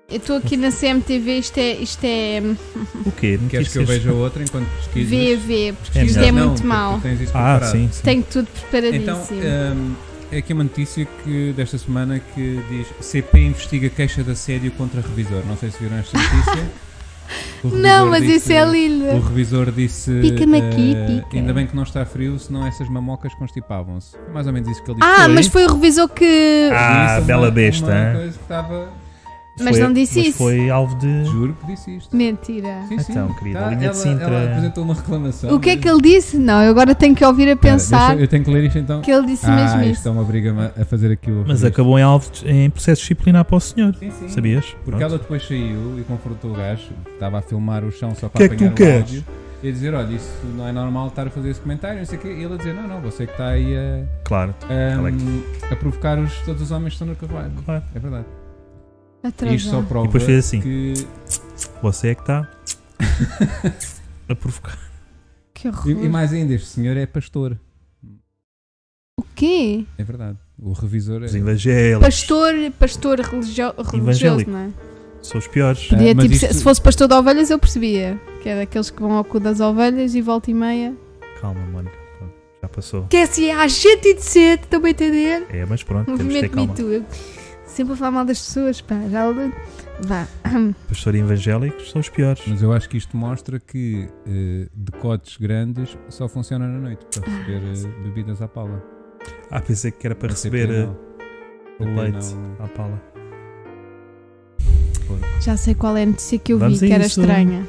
A: Eu estou aqui na CMTV, isto é, isto é
B: O quê?
C: Queres que eu
B: Notícias?
C: veja outra enquanto pesquisas?
A: VV, porque
B: É
A: isto
B: melhor.
A: é
C: Não,
A: muito
C: porque
A: mau.
C: tu tens isso
B: Ah,
C: preparado.
B: sim, sim.
A: Tenho tudo
C: Então,
A: preparadíssimo.
C: hum, é aqui uma notícia que, desta semana que diz CP investiga queixa de assédio contra revisor. Não sei se viram esta notícia. O revisor
A: não, mas
C: disse-
A: isso é
C: O
A: lindo.
C: revisor disse.
A: Pica-me aqui,
C: eh,
A: pica.
C: Ainda bem que não está frio, senão essas mamocas constipavam-se. Foi Mais ou menos isso que ele disse.
A: Ah,
B: Foi?
A: mas foi o revisor que.
B: Ah,
C: Disse
B: bela
C: uma-
B: besta,
C: Uma
B: hein?
C: coisa que estava.
A: Mas não disse
B: mas
A: isso.
B: Foi alvo de.
C: Juro que disse isto.
A: Mentira.
C: Sim, sim.
B: Então, querida,
C: Tá,
B: a linha de
C: ela,
B: Sintra-
C: ela apresentou uma reclamação.
A: O que é
C: mas-
A: que ele disse? Não, eu agora tenho que ouvir a
C: Espera,
A: pensar
C: deixa- eu tenho que ler isto então.
A: que ele disse
C: ah,
A: mesmo
C: isto
A: isso.
C: é uma briga ma- a fazer aqui o.
B: Mas
C: registro.
B: acabou em, alvo de- em processo disciplinar para o senhor.
C: Sim, sim.
B: Sabias?
C: Porque
B: Pronto.
C: ela depois saiu e confrontou o gajo, estava a filmar o chão só para
B: Que é que tu
C: apanhar o
B: queres?
C: áudio, e a dizer, olha, isso não é normal estar a fazer esse comentário, não sei o quê. E ele a dizer, não, não, você que está aí a,
B: Claro, Ela é
C: a, a provocar os, todos os homens que estão no cavalo.
B: claro.
C: É verdade. E isto só
A: Atrasado.
C: prova
B: E depois fez assim.
C: que...
B: Você é que está a provocar.
A: Que horror.
C: E, e mais ainda, este senhor é pastor.
A: O quê?
C: É verdade. O revisor é...
B: Os evangélicos
A: Pastor, pastor religio- religioso,
B: Evangélico.
A: não é?
B: são os piores.
A: Podia,
C: Ah, mas
A: tipo, se-
C: isto-
A: se fosse pastor de ovelhas, eu percebia. Que é daqueles que vão ao cu das ovelhas e volta e meia.
B: Calma, Mónica. Pronto, Já passou.
A: Que é assim, há gente de também entender.
B: É, mas pronto, temos de ter
A: Movimento Me
B: calma.
A: Too. Eu- Sempre a falar mal das pessoas, pá. Já... Vá.
B: Pastor evangélicos são os piores.
C: Mas eu acho que isto mostra que eh, decotes grandes só funcionam na noite para receber eh, bebidas à pala.
B: Ah, pensei que era para
C: Não sei
B: receber
C: porque
B: eh,
C: não.
B: o
C: Porque
B: leite
C: não-
B: à pala.
A: Já sei qual é a notícia que eu
B: Vamos
A: vi,
B: a
A: que era
B: isso.
A: estranha.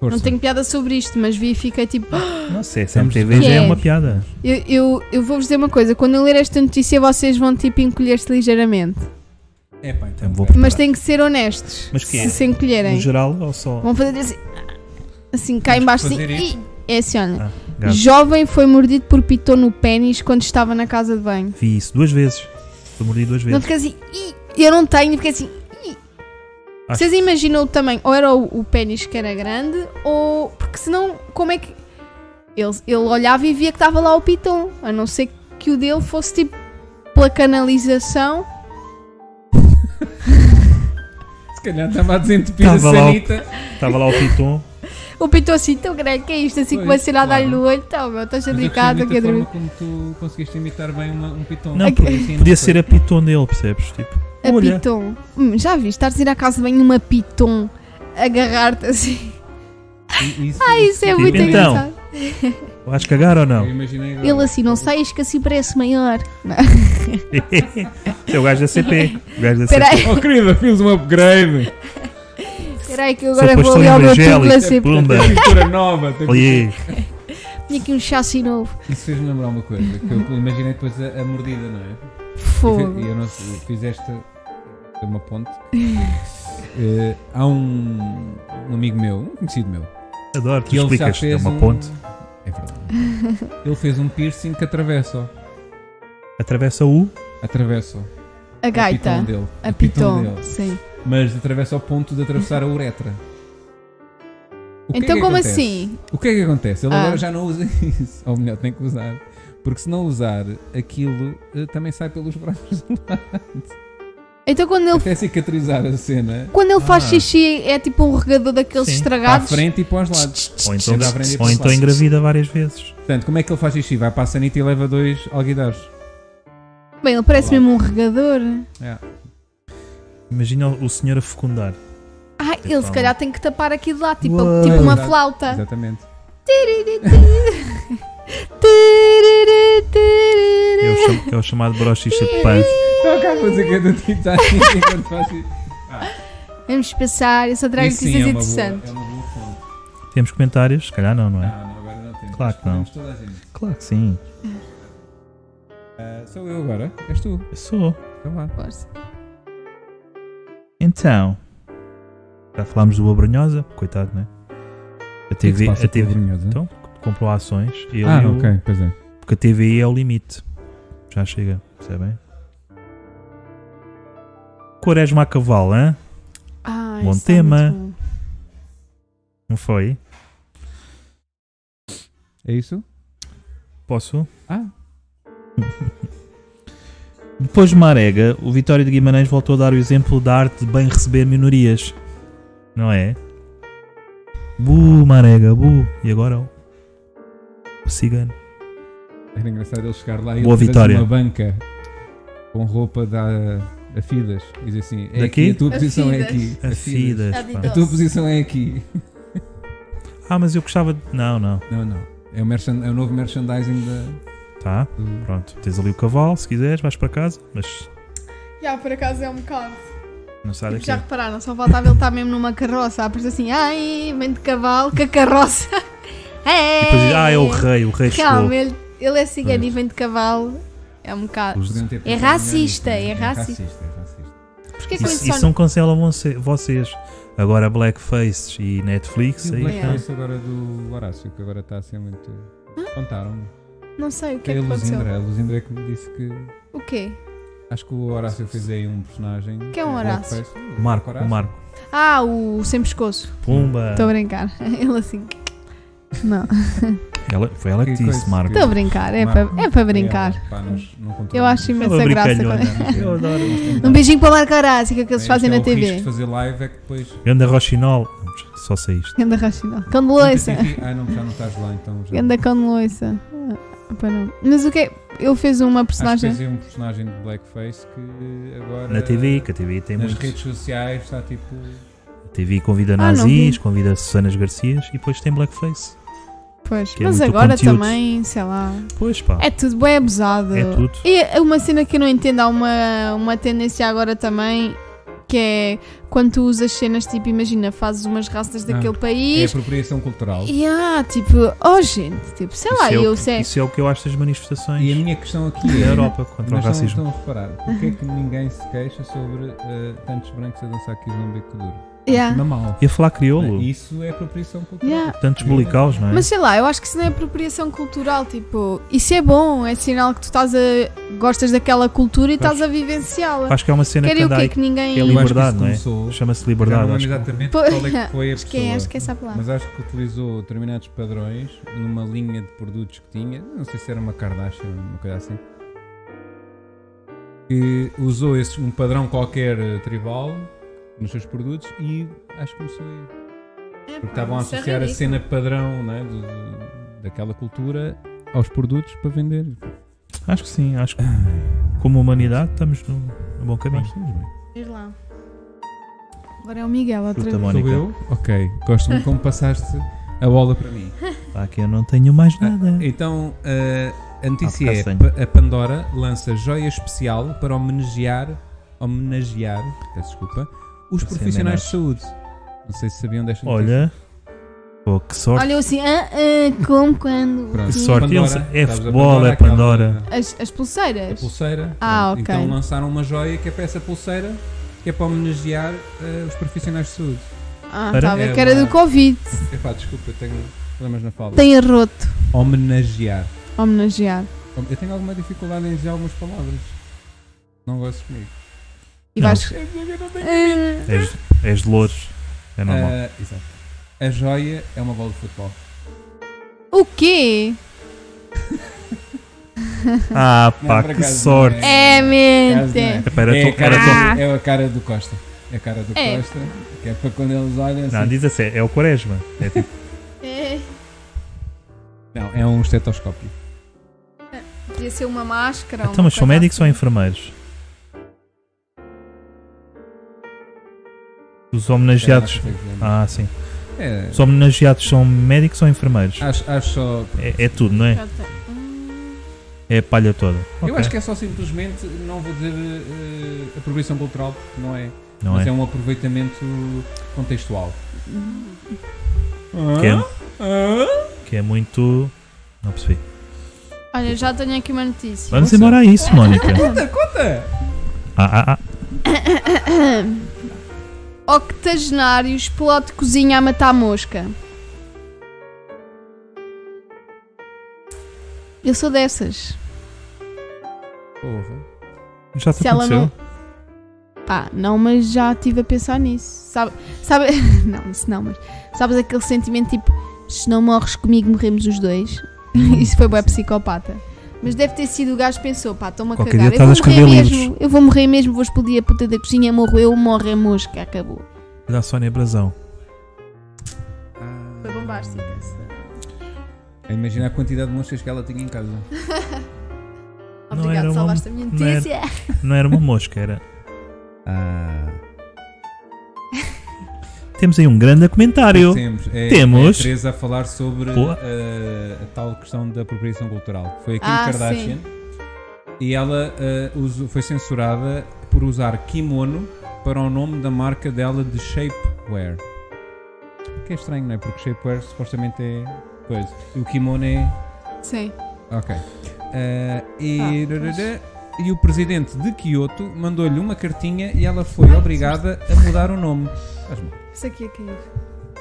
A: Não
C: Força.
A: tenho piada sobre isto, mas vi e fiquei tipo.
B: Não sei, essa
C: Vamos-
B: MTV já é
A: Que é?
B: uma piada.
A: Eu, eu, eu vou-vos dizer uma coisa: quando eu ler esta notícia, vocês vão tipo encolher-se ligeiramente.
C: É pá, então
B: Então vou
C: vai.
A: Mas têm que ser honestos.
B: Mas que é?
A: Se se encolherem.
B: No geral ou só
A: Vão fazer assim. Assim, cá embaixo. Assim,
C: fazer Ah, isto?
A: "Ih!" é assim, olha.
B: gato?
A: Jovem foi mordido por piton no pênis quando estava na casa de banho.
B: Vi isso duas vezes. Fui mordido duas
A: Não
B: vezes.
A: fica assim. "Ih!" Eu não tenho, fica assim. "Ih!"
B: Acho-
A: Vocês imaginam o tamanho? Ou era o, o pênis que era grande, ou. Porque senão, como é que. Ele, ele olhava e via que estava lá o piton. A não ser que o dele fosse tipo. pela canalização.
C: Se calhar estava a desentupir a
B: Estava lá o-
C: sanita.
B: Estava lá o Piton.
A: O piton assim, tão grande, que é isto? Assim, com uma
C: Pois,
A: cenada
C: claro.
A: ali no olho. Então, meu, estás
C: Mas eu gostei
A: delicado,
C: muito
A: aqui a
C: da
A: dormir.
C: forma como tu conseguiste imitar bem uma- um piton.
B: Não,
C: Porque
B: porque
C: assim não
B: podia
C: foi.
B: ser a Piton dele, percebes? Tipo,
A: A
B: olha,
A: É piton. Hum, já vi, estares a ir à casa de banho uma piton agarrar-te assim.
C: I- Isso,
A: Isso é muito
B: Então.
A: engraçado.
B: vais cagar ou não?
C: Eu imaginei agora.
A: Ele assim, não saias que assim parece maior.
B: É o gajo da CP. O gajo da CP.
A: Espera aí,
C: Oh querida, fiz um upgrade.
A: espera aí que eu
B: Sou
A: agora vou
B: pastor
A: ali ao meu
B: evangélico.
A: tubo
B: É
A: assim.
B: Pumba.
C: Tem pintura nova. tem-
B: Olha,
A: Tinha aqui um chassi novo.
C: Isso fez-me lembrar uma coisa, que eu imaginei depois a, a mordida, não é? E
A: Fogo.
C: eu não fizeste uma ponte. Eh, há um, um amigo meu, um conhecido meu,
B: adoro, tu
C: que ele já
B: explicas. É
C: fez
B: uma
C: um-
B: ponte.
C: É verdade. ele fez um piercing que atravessa,
B: Atravessa o.
C: atravessa
A: A gaita.
C: é dele,
A: A
C: o pitão
A: piton.
C: dele.
A: Sim.
C: mas atravessa ao ponto de atravessar a uretra. O que é
A: Então,
C: que
A: como
C: acontece?
A: assim?
C: O que é que acontece? Ele
A: Ah.
C: agora já não usa isso. Ou melhor, tem que usar. Porque se não usar, aquilo eh, também sai pelos braços.
A: Então, quando ele,
C: Até cicatrizar a cena
A: quando ele faz
B: Ah.
A: xixi, é tipo um regador daqueles
B: Sim.
C: para a
A: estragados.
C: frente e para os lados.
B: Ou então,
C: Sempre à frente e para
B: ou
C: os
B: então
C: lados.
B: engravida várias vezes.
C: Portanto, como é que ele faz xixi? Vai para a sanita e leva dois alguidares.
A: Bem, ele parece mesmo um regador.
B: Imagina o senhor a fecundar.
A: Ah,
B: Tipo,
A: ele se
B: um-
A: calhar tem que tapar aquilo lá, tipo,
B: Uau.
A: tipo uma
C: Então. Exato.
A: flauta.
C: Exatamente.
B: É o, cham- é o chamado brochicha de punk.
C: Então acaba a música do Titanic enquanto faz xixi.
A: Vamos passar, eu só trago
C: Isso sim,
A: notícias
C: é uma boa,
A: interessantes.
C: é uma boa fonte.
B: Temos comentários? Se calhar não, não é?
C: Não, não, agora não temos.
B: Claro que não.
C: Respondemos toda a gente.
B: Claro que sim.
C: Ah, sou eu agora? És tu?
B: Eu sou.
C: Então vá.
A: Força.
B: Então. Já falámos do Abrunhosa. Coitado, né? A
C: O que é que se
B: TV,
C: passa
B: a
C: com
B: TV
C: o Brunhosa?
B: Então, comprou ações. Ele e
C: Ah,
B: o-
C: ok, pois é.
B: Porque a TVI é o limite. Já chega, percebem? Quaresma a cavalo, hã?
A: Ai,
B: Bom
A: isso é
B: tema.
A: muito bom.
B: Não foi?
C: É isso?
B: Posso?
C: Ah.
B: Depois de Marega, o Vitório de Guimarães voltou a dar o exemplo da arte de bem receber minorias. Não é? Bu, Marega, bu. E agora o, o cigano.
C: Era engraçado ele chegar lá e
B: Boa
C: ele
B: vitória.
C: uma banca com roupa da Afidas. E diz assim: é
B: Daqui?
C: aqui, a tua posição é
A: Afidas.
C: aqui.
B: A Fidas. pá.
C: A tua posição é aqui.
B: Ah, mas eu gostava de... Não, não.
C: Não, não. É o, merchan- é o novo merchandising da.
B: Tá,
C: do-
B: pronto. Tens ali o cavalo, se quiseres, vais para casa. Mas
A: Já, por acaso é um bocado.
B: não sai
A: Tipo,
B: daqui.
A: já repararam, só faltava ele estar mesmo numa carroça. Ah, pois assim, ai, vem de cavalo, que a carroça.
B: E
A: é.
B: depois diz, ah, é o rei, o rei chegou.
A: Calma, ele, ele é cigano
B: Pois.
A: e vem de cavalo. É um bocado.
B: Os-
C: Podiam ter pensado
A: racista,
C: melhor nisso,
A: é
C: não
A: racista.
C: É racista, é racista.
A: Porquê que
B: Isso,
A: ele
B: isso
A: só.
B: não cancelam voce- vocês. Agora Blackface e Netflix.
C: E o
B: Aí, tá.
C: Black
A: Yeah.
C: Race agora do Horácio, que agora está a ser muito. Contaram-me.
A: Não sei Ah. o que é
C: É
A: que
C: a
A: aconteceu.
C: Luzindra. A Luzindra é que me disse que.
A: O quê?
C: Acho que o Horácio fez aí um personagem.
A: Quem é o Horácio?
C: Blackface.
B: o Marco, o
C: Horácio.
B: Marco.
A: Ah, o sem pescoço.
B: Pumba.
A: Estou a brincar. Ele assim. Não,
B: Ela, foi ela que,
C: Que
B: disse,
C: coisa.
B: Marco.
A: estou a brincar, é
C: Marco.
A: para é para brincar.
C: Obrigado. Pá, nós não contamos.
A: Eu acho
B: Ela é
A: imensa é graça.
B: brincalhona.
A: quando-
B: Eu adoro.
A: Um beijinho para o Marco Horácio, que é que eles
C: Isto
A: fazem
C: é
A: na
C: o risco
A: TV.
C: de fazer live é que depois.
B: Ganda Rochinol. Vamos, Só sei isto.
A: Ganda Rachinal. Cão de
C: Nunca
A: loiça.
C: tive- Ah, não, já não estás lá então. Já.
A: Ganda cão de loiça. Ah, Pá, não. Mas o que é? Ele fez uma
C: Acho que
A: personagem.
C: fez aí um personagem de blackface que agora.
B: Na TV, que a TV tem
C: nas
B: muitos.
C: redes sociais está tipo.
B: A TV convida
A: Ah, não
B: nazis,
A: vi.
B: convida Susanas Garcias e depois tem blackface.
A: Pois.
B: que é
A: Mas
B: muito
A: agora
B: conteúdo.
A: também, sei lá.
B: Pois pá,
A: É tudo bem abusado.
B: é tudo.
A: E uma cena que eu não entendo, há uma, uma tendência agora também, que é quando tu usas cenas, tipo, imagina, fazes umas raças
B: Ah,
A: daquele
C: É
A: país.
C: apropriação cultural.
A: E há, tipo, oh gente, tipo, sei lá,
B: isso, é o
A: eu
B: que,
A: sei.
B: isso é o que eu acho das manifestações
C: E a minha questão aqui
B: na
C: é.
B: Europa contra o
C: Mas não
B: racismo.
C: estão a reparar. Porquê é que ninguém se queixa sobre eh, tantos brancos a dançar aqui no bico duro?
A: Yeah.
C: Na mal.
B: E a falar crioulo,
C: Isso é apropriação cultural.
A: Yeah.
B: tantos bolicaus, não é?
A: Mas sei lá, eu acho que isso não é apropriação cultural, tipo, isso é bom, é sinal que tu estás a. gostas daquela cultura e
B: Pois.
A: estás a vivenciá-la.
B: acho que é uma cena que
A: Querem o
B: anda
A: quê?
B: aí.
A: Que ninguém.
B: é
C: Eu acho que
B: Liberdade,
C: isso
B: não é?
C: começou.
B: Chama-se
C: Já
B: liberdade.
C: não lembro
B: acho que-
C: exatamente
A: Pô,
C: qual é que foi a
A: acho que é,
C: pessoa.
A: acho que é essa a palavra.
C: Mas acho que utilizou determinados padrões numa linha de produtos que tinha. Não sei se era uma Kardashian, uma coisa assim. Que usou esse, um padrão qualquer eh, tribal nos seus produtos e acho que começou aí.
A: É,
C: Porque
A: pá,
C: estavam a
A: isso é
C: associar a
A: ridículo.
C: cena padrão né, do- do- daquela cultura aos produtos para vender.
B: Acho que sim, acho que como humanidade estamos no, no bom caminho.
C: Nós estamos bem.
A: Diz lá. Agora é o Miguel, outra
B: Chuta,
A: vez.
B: Mónica.
C: Sou eu? Ok. Gosto muito como passaste a bola para mim.
B: Pá, que eu não tenho mais
C: Ah,
B: nada.
C: Então, eh, a notícia
B: Ah,
C: é:
B: bocado
C: pa- a Pandora lança joia especial para homenagear, homenagear, peço desculpa, os
B: Sim,
C: profissionais de
B: menos.
C: saúde. Não sei se sabiam desta notícia.
B: Olha, pô, que sorte.
A: Olha, eu assim, ah, ah, como quando.
C: Pronto.
B: que sorte.
C: Pandora,
B: Eles- é
C: sabes, a
B: futebol, é
C: aquela-
B: Pandora.
A: As, as
C: A
A: pulseiras?
C: pulseira.
A: Ah,
C: Pronto.
A: ok.
C: Então lançaram uma joia que é para essa pulseira, que é para homenagear eh, os profissionais de saúde.
A: Ah,
B: Era?
A: tá bem,
C: É
A: que era
C: uma-
A: do Covid.
C: Epá, desculpa, eu tenho problemas na fala.
A: Tem arroto.
C: Homenagear.
A: Homenagear.
C: Hom- Eu tenho alguma dificuldade em dizer algumas palavras. Não gostes comigo.
A: E
B: Não.
A: vais.
C: Eu não tenho
A: Ah,
B: És, és de louros. É normal.
C: Ah, exato. A joia é uma bola de futebol.
A: o quê?
B: ah, pá,
C: Não, por
B: que
C: acaso,
B: sorte.
C: não
A: É,
C: Caso não
A: mente.
B: Espera,
C: é,
B: tô-
C: a cara
B: era
A: Ah.
C: do- é a cara do Costa. É a cara do
A: É.
C: Costa, que é para quando eles olham
B: Não,
C: assim.
B: diz assim, é o Quaresma. É tipo,
A: É,
C: Não, é um estetoscópio.
A: podia ser uma assim. máscara.
B: então, mas são médicos ou enfermeiros? Os homenageados.
C: Sei lá, consegues ver.
B: Ah, sim.
C: É,
B: Os homenageados são médicos ou enfermeiros?
C: acho, acho só.
B: É, é tudo, não
A: Ah.
B: é?
A: Hum.
B: É a palha toda.
C: Eu acho que é só simplesmente, não vou dizer eh, apropriação cultural, porque não é.
B: Não
C: mas
B: é?
C: é um aproveitamento contextual. um
B: Que é, que é muito. Não percebi.
A: Olha, já tenho aqui uma notícia.
B: Vamos
C: Nossa.
B: embora a isso, Mónica.
C: Conta, conta!
B: Ah, ah, ah.
A: Octogenários, piloto de cozinha a matar mosca. Eu sou dessas.
C: Porra.
B: Já te
A: Se ela
B: aconteceu?
A: não- Pá, não, mas já estive a pensar nisso. Sabe, sabe, não, isso não, mas sabes aquele sentimento tipo, se não morres comigo, morremos os dois?
B: Hum.
A: Isso foi bué psicopata. Mas deve ter sido o gajo que pensou, pá, estou-me a
B: Qualquer
A: cagar.
B: dia
A: Eu vou
B: estás a
A: morrer
B: escrever
A: mesmo, eu vou morrer mesmo, vou explodir a puta da cozinha, morro eu, morre a mosca, acabou.
B: Olha a Sónia Brazão.
A: Foi bombástico.
C: Imagina a quantidade de monstros que ela tinha em casa.
B: Não Obrigado, era
A: Obrigado,
B: uma- salvaste
A: salvaste a minha
B: não era-
A: notícia.
B: notícia. Não era uma mosca, era.
C: Ah.
B: Temos aí um grande comentário.
C: Temos. É,
B: Temos.
C: É a Teresa a falar sobre
B: Boa.
C: eh, a tal questão da apropriação cultural. Foi a Kim
A: Ah,
C: Kardashian. E ela eh, usou- foi censurada por usar kimono para o nome da marca dela de shapewear. O Que é estranho, não é? Porque shapewear supostamente é coisa. E o kimono é
A: Sim.
C: Ok. Eh, e,
A: Ah,
C: dadada, e o presidente de Kyoto mandou-lhe uma cartinha e ela foi obrigada a mudar o nome. Faz mal.
A: Isso aqui é cair.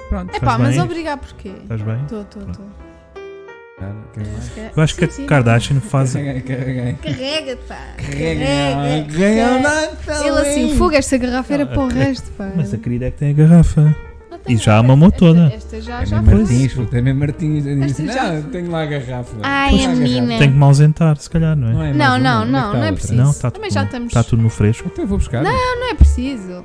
C: Pronto.
A: É pá,
B: Faz
A: mas
B: bem.
A: obrigado porquê?
B: Estás bem?
A: Estou, estou, estou. É.
C: Cara, quem mais?
B: Eu acho que a Kardashian faz.
C: Carreguei, carreguei.
A: Carrega, pá.
C: Carreguei.
A: Ele assim, foga esta garrafa era
B: Não,
A: para o
B: é-
A: resto, pá.
B: Mas a querida é que tem a garrafa.
A: Não tem
B: E já a
A: nada.
B: mamou
A: Esta-
B: toda.
A: Esta já,
C: É
A: já
C: mesmo
A: foi.
C: Martins, puta, é mesmo Martins. Eu disse,
A: Esta já-
C: não, tenho lá a garrafa.
D: Ai,
C: Tenho lá
D: a
C: garrafa.
D: menina.
B: Tenho que me ausentar, se calhar, não é?
C: Não, é mais
A: é Não,
C: uma,
A: não,
C: onde é
A: não,
C: que está
A: não é preciso.
C: a outra?
B: Não, está
A: Também
B: tudo,
A: já estamos- é
B: está tudo no fresco.
C: Então eu vou buscar.
A: Não é preciso.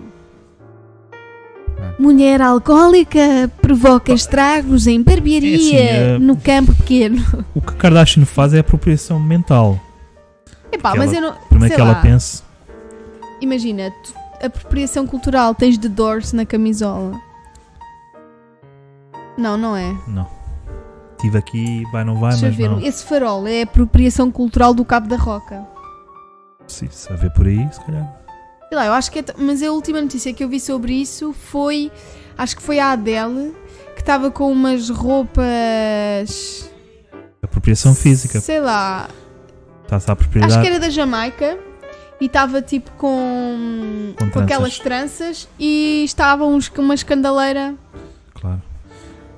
C: pá.
A: Mulher alcoólica provoca estragos em barbearia
B: É assim, é-
A: no campo pequeno.
B: O que Kardashian faz é apropriação mental.
A: Epá,
B: Que
A: mas
B: ela-
A: eu não.
B: Primeiro
A: sei
B: que ela
A: lá,
B: pense.
A: Imagina, tu, apropriação cultural, tens de Doors na camisola. Não, não é.
B: Não. Estive aqui, vai, não vai,
A: Deixa
B: Ah, mas
A: ver.
B: não.
A: Esse farol é apropriação cultural do Cabo da Roca.
B: Se, se a ver por aí, se calhar.
A: Sei lá, eu acho que é. t- Mas a última notícia que eu vi sobre isso foi. Acho que foi a Adele que estava com umas roupas.
B: Apropriação física.
A: Sei lá.
B: Está-se a
A: Acho que
B: propriedade.
A: era da Jamaica e estava tipo com.
B: Com
A: com,
B: tranças.
A: aquelas tranças e estava uns, com uma escandaleira.
B: Claro.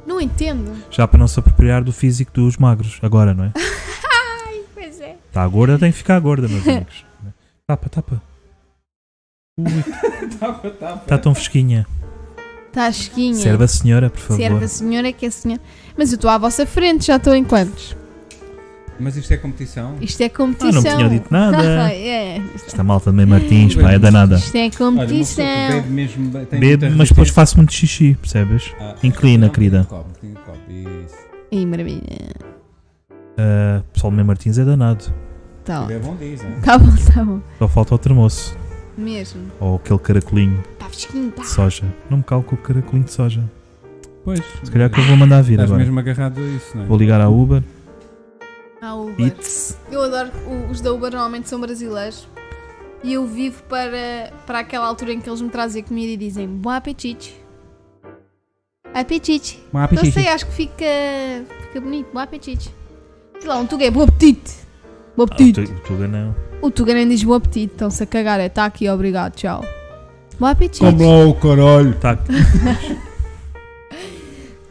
A: Não entendo.
B: Já para não se apropriar do físico dos magros, agora, não é?
A: Pois é.
B: Está gorda, tem que ficar gorda, meus amigos. Tapa, tapa. Ui,
C: Tapa, tapa.
B: está Tá tão fresquinha.
A: Está Tá chiquinha.
B: Serve a senhora, por favor.
A: é. Serve a senhora que é a senhora. Mas eu estou à vossa frente, já estou em quantos?
C: Mas isto é competição?
A: Isto é
B: Ah, não
A: competição.
B: tinha dito nada.
A: é.
B: Esta malta também Martins, pá, é danada.
A: Isto é
C: Olha, uma pessoa
A: competição.
C: que bebe mesmo. bem- tem
B: Bebe,
C: muita
B: mas depois
C: resistência.
B: faço muito xixi, percebes?
C: Ah,
B: Inclina,
C: não,
B: querida.
C: cobre, inclina, cobre, isso.
A: Ih, maravilha.
B: Ah, o pessoal do meu Martins é danado.
A: Tá bom.
C: É bom diesel.
A: Tá bom, tá bom.
B: Só falta o termoço.
A: Mesmo.
B: Ou aquele caracolinho
A: Está fresquinho, tá.
B: de soja. Não me calco o caracolinho de soja.
C: Pois.
B: Se calhar que eu vou mandar vir
C: Estás
B: agora.
C: mesmo agarrado a isso, não é?
B: Vou ligar à Uber.
A: Ah, Uber.
B: It's.
A: Eu adoro que o- os da Uber normalmente são brasileiros. E eu vivo para, para aquela altura em que eles me trazem a comida e dizem bom apetite. Apetite.
C: Um
A: Não
C: apetite.
A: sei, acho que fica, fica bonito. Bom apetite. Sei lá, um tuga é bom apetite. Bom
B: Ah,
A: apetite.
B: tu- Tuga não.
A: O Tuga nem diz bom apetite, estão-se a cagar. É, tá aqui, obrigado, tchau. Bom apetite.
C: lá o caralho.
B: Tá,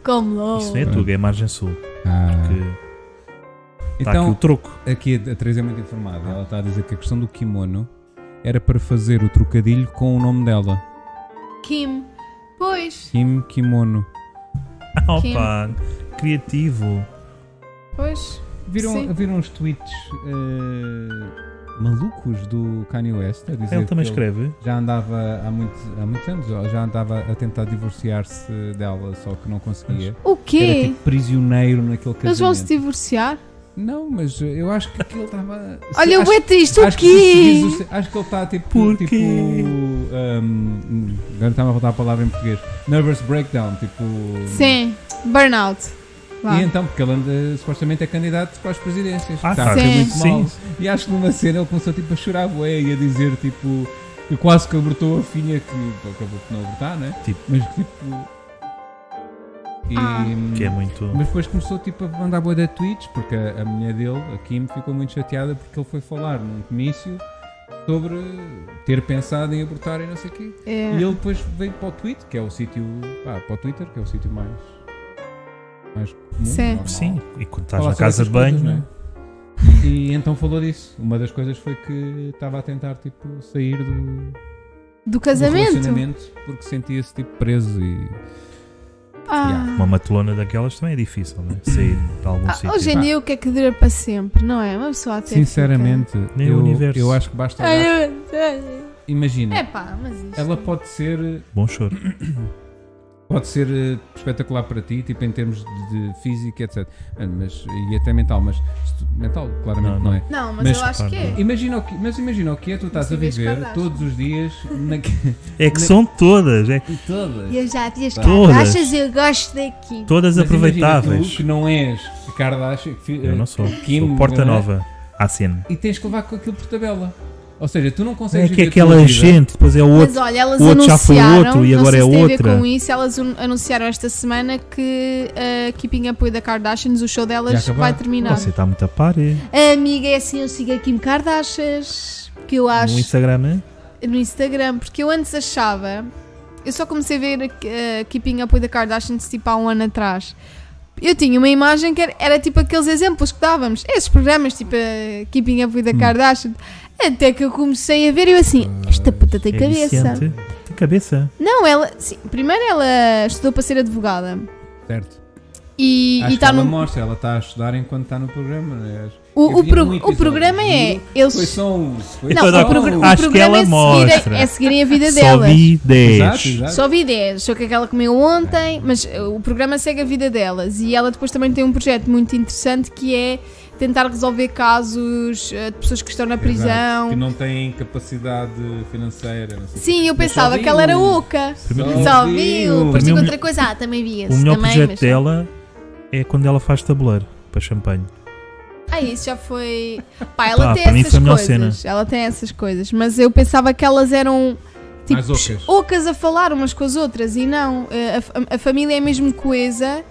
A: Come logo.
B: isso não é Tuga, é Margem Sul. Que está aqui o
C: Então,
B: troco.
C: Ah, aqui a Teresa é muito informada. Ela está a dizer que a questão do kimono era para fazer o trocadilho com o nome dela.
A: Kim. Pois,
C: Kim Kimono.
B: Opa, criativo.
A: pois. Sim.
C: Viram, viram os tweets eh, malucos do Kanye West? A dizer
B: Ele também
C: que
B: escreve.
C: já andava há, muito, há muitos anos, ó, já andava a tentar divorciar-se dela, só que não conseguia.
A: O
C: Era
A: quê?
C: tipo prisioneiro naquele casamento.
A: Eles vão se divorciar?
C: Não, mas eu acho que aquilo estava.
A: Olha,
C: acho,
A: o é triste, o
C: acho que se
A: quê?
C: diz o- Acho que ele está tipo.
B: Porquê?
C: tipo hum, agora está-me a voltar a palavra em português. Nervous breakdown, tipo.
A: Sim, burnout. Vá.
C: E então, porque ele anda, supostamente é candidato para as presidências.
B: Ah,
C: Está
B: tá.
C: a correr
A: Sim.
C: é muito mal.
B: Sim.
C: E acho que numa cena ele começou tipo a chorar bué e a dizer tipo. Que quase que abortou a filha que acabou por não abortar, né?
B: Tipo.
C: Mas que tipo. E, hum,
A: Ah.
B: Que é muito.
C: mas depois começou tipo, a mandar boa de tweets, porque a, a mulher dele, a Kim, ficou muito chateada porque ele foi falar num comício sobre ter pensado em abortar e não sei o quê.
A: É.
C: E ele depois veio para o tweet, que é o sítio. pá, para o Twitter, que é o sítio mais. mais comum.
A: Sim.
C: normal.
B: Sim, e quando estás na
C: Falar sobre
B: casa
C: essas
B: de banho.
C: coisas, não é? E então falou disso. Uma das coisas foi que estava a tentar tipo, sair do, do
A: Do casamento?
C: relacionamento porque sentia-se tipo, preso e.
A: Ah.
B: Uma matulona daquelas também é difícil, né? Sair de algum
A: Ah,
B: sítio.
A: hoje em
C: Pá.
A: dia o que é que dura para sempre, não é? Uma pessoa até.
C: Sinceramente,
B: Nem o
C: eu,
B: universo.
C: eu acho que basta olhar. Imagina,
A: Ah, É pá, mas isto.
C: Ela pode ser,
B: Bom choro.
C: pode ser eh, espetacular para ti, tipo em termos de, de física, etc. Ah, Mas, e até mental, mas se tu- mental, claramente
B: Não,
C: não,
B: não.
C: é.
A: Não, mas,
C: Mas,
A: eu acho
B: pá,
A: que é.
C: Imagina o que, mas imagina o que é tu estás a
A: Sim, vês
C: viver
A: Kardashian.
C: todos os dias naque-
B: É que são todas, é que
C: em todas.
A: Eu já vi as
B: Todas.
A: caixas eu gosto daqui.
B: todas
C: Mas imagina
B: aproveitáveis.
C: Tu, que não és a Kardashian, que fi-
B: Eu não sou.
C: Kim,
B: sou Porta
C: não é?
B: Nova. ACN.
C: e tens que levar com aquilo por tabela. Ou seja, tu não
B: É
C: consegues.
B: que é
C: viver a tua
B: aquela
C: vida.
B: gente, depois é o
A: Mas
B: outro.
A: olha, elas
B: o outro já foi
A: anunciaram,
B: outro e
A: não
B: agora
A: sei
B: é
A: se tem a
B: outra.
A: ver com isso, elas un- anunciaram esta semana que a Keeping Up with the Kardashians, o show delas,
C: Já acabaram.
A: vai terminar.
B: Você está muito a par. é?
A: Amiga, é assim, eu sigo a Kim Kardashians, que eu acho
B: No Instagram, é?
A: no Instagram, porque eu antes achava. Eu só comecei a ver uh, Keeping Up with the Kardashians tipo há um ano atrás. Eu tinha uma imagem que era, era tipo aqueles exemplos que dávamos, esses programas tipo uh, Keeping Up with the
B: Hum.
A: Kardashians. Até que eu comecei a ver e eu assim, esta puta tem
B: É
A: cabeça.
B: Vicente. Tem cabeça.
A: Não, ela. Sim, primeiro ela estudou para ser advogada
C: Certo.
A: e
C: Acho que
A: está
C: ela
A: tá
C: tá
A: num.
C: mostra, ela está a estudar enquanto está no programa, não é? Acho-
A: O,
C: Eu
A: o,
C: vi
A: pro-
C: um
A: o
C: episódio,
A: programa é.
C: juro.
A: Eles,
C: Foi só um. Foi
A: não,
C: só
A: o,
B: Toda-
C: um.
A: progr- o
B: Acho que
A: programa
B: ela
A: é, seguir
B: mostra.
A: a, é seguirem a vida
B: Só
A: delas.
B: vi 10.
C: Exato, exato.
A: Só vi 10, só que aquela comeu ontem, mas eh, o programa segue a vida delas e ela depois também tem um projeto muito interessante que é tentar resolver casos eh, de pessoas que estão na
C: Exato,
A: prisão.
C: Que não têm capacidade financeira. Não sei.
A: Sim, eu
C: Mas só
A: pensava
C: vi
A: que ela era
C: um.
A: oca.
B: Primeiro-
A: Só vi um.
B: Para
A: Depois
B: mim,
A: digo
B: o
A: outra coisa, ah, também vi
B: O
A: esse.
B: melhor
A: Também,
B: projeto
A: mas...
B: dela é quando ela faz tabuleiro para champanhe.
A: Ah, isso já foi. Pá, ela
B: Pá,
A: tem
B: para Tá, mim foi
A: essas
B: a melhor
A: coisas.
B: cena.
A: Ela tem essas coisas. Mas eu pensava que elas eram. Tipo,
C: Mais ocas.
A: ocas a falar umas com as outras e não. eh, A, fa- a família é mesmo coesa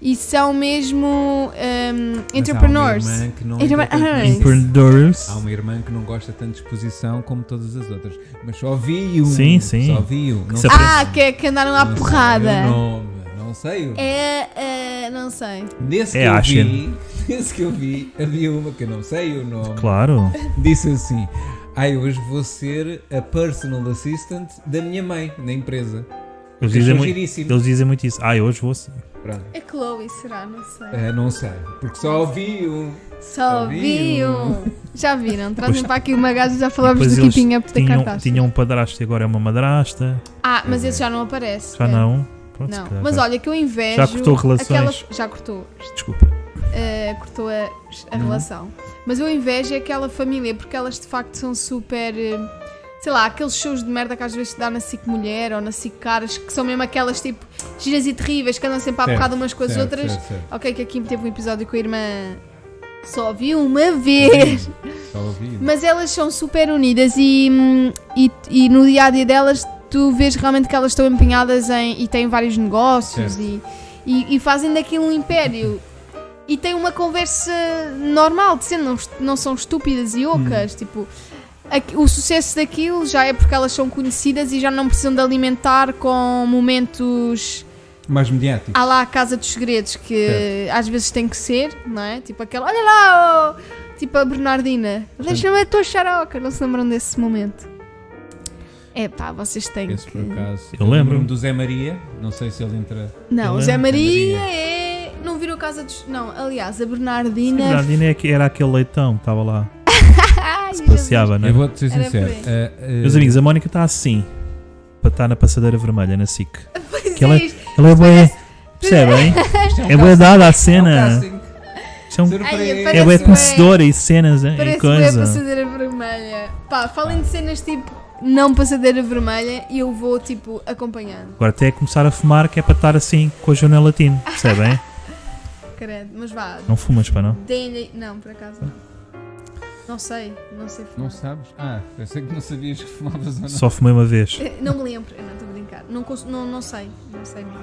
A: e são mesmo ehm, entrepreneurs.
C: Mas há uma irmã que não
A: Entrepre-
C: entra tanto
A: Ah,
C: nisso.
B: Empreendedores.
C: Há Ah, uma irmã que não gosta tanto de exposição como todas as outras. Mas só vi um.
B: Sim, sim.
C: Só vi um. Não
B: se
C: sei-
A: Ah, que, que andaram à
C: não sei
A: porrada.
C: o nome, Não sei. o-
A: É. eh, não sei.
C: Nesse
B: É
C: que eu
B: Ashen.
C: vi, nesse que eu vi, havia uma que eu não sei o nome.
B: Claro.
C: Disse assim: Ai, hoje vou ser a personal assistant da minha mãe, na empresa.
B: Eles
C: Porque
B: dizem,
C: sou
B: muito,
C: giríssimo.
B: eles dizem muito isso. Ah, hoje vou. se-
C: Pronto.
A: É Chloe, será? Não sei.
B: É.
C: Ah, não sei, porque só ouvi um.
A: Só
C: Só
A: vi
C: vi
A: um. Já viram? Trazem para aqui uma gaja e já
B: Depois
A: falámos do
B: eles
A: Keeping Up da
B: tinham,
A: Kardashian.
B: tinham um padrasto e agora é uma madrasta.
A: Ah, mas esse já não aparece.
B: Já
A: é.
B: não. Pronto, se
A: Não.
B: calhar
A: Mas
B: já-
A: olha que eu invejo.
B: Já cortou relações.
A: aquela- já cortou.
B: Desculpa.
A: eh, cortou a, a
B: Uhum.
A: relação. Mas eu invejo é aquela família, porque elas de facto são super. eh, Sei lá, aqueles shows de merda que às vezes se dá na SIC Mulher ou na SIC Caras, que são mesmo aquelas tipo giras e terríveis que andam sempre à
C: Certo,
A: porrada umas com as
C: certo,
A: outras.
C: certo, certo.
A: Ok, que a Kim teve um episódio com a irmã que só vi uma vez.
C: Só ouvi um.
A: Mas elas são super unidas e, hum, e, e no dia a dia delas tu vês realmente que elas estão empenhadas em, e têm vários negócios
C: Certo.
A: e, e, e fazem daquilo um império. E têm uma conversa normal, de ser, não, est- não são estúpidas e ocas. Tipo, aqui- o sucesso daquilo já é porque elas são conhecidas e já não precisam de alimentar com momentos
C: Mais mediático.
A: há lá a Casa dos Segredos que às vezes tem que ser, não é? Tipo aquela, olha lá, oh! tipo a Bernardina, deixa-me a tua xaroca, não se lembram desse momento. É pá, vocês têm
C: Esse
A: que.
C: por acaso.
B: Eu lembro-me.
C: do Zé Maria, não sei se ele entra.
A: Não,
B: Eu
A: o Zé
B: lembro.
A: Maria
C: Zé Maria.
A: é. Não virou Casa dos. Não, aliás, a
B: Sim,
A: Bernardina.
B: Bernardino é que- era aquele leitão que estava lá.
A: Ai,
B: Se passeava, não é?
C: Eu vou-te ser
A: Era
C: sincero.
A: por
C: ah, ah,
B: Meus amigos, a Mónica está assim. Para estar na passadeira vermelha, na SIC.
A: Jesus,
B: Que ela, ela é boa. Percebem? É boa dada a
C: é um
B: cena.
C: casting.
B: Isto é um-
C: Surpresa.
A: Ai,
B: É boa
A: Parece bué-
B: conhecedora e cenas hein,
A: Parece
B: e
A: que é a
B: coisa.
A: passadeira vermelha. Pá, falem de cenas tipo não passadeira vermelha e eu vou tipo acompanhando.
B: Agora até começar a fumar, que é para estar assim com a janela latino. Percebem?
A: Credo, mas vá,
B: Não fumas, pá, não?
A: Deem-lhe. Não, por acaso não. Não sei, não sei fumar.
C: Não sabes? Ah, pensei que não sabias que fumavas ou não.
B: Só fumei uma vez.
A: Eh, Não me lembro, eu não estou a brincar. Não, cons- não, não sei, não sei mesmo.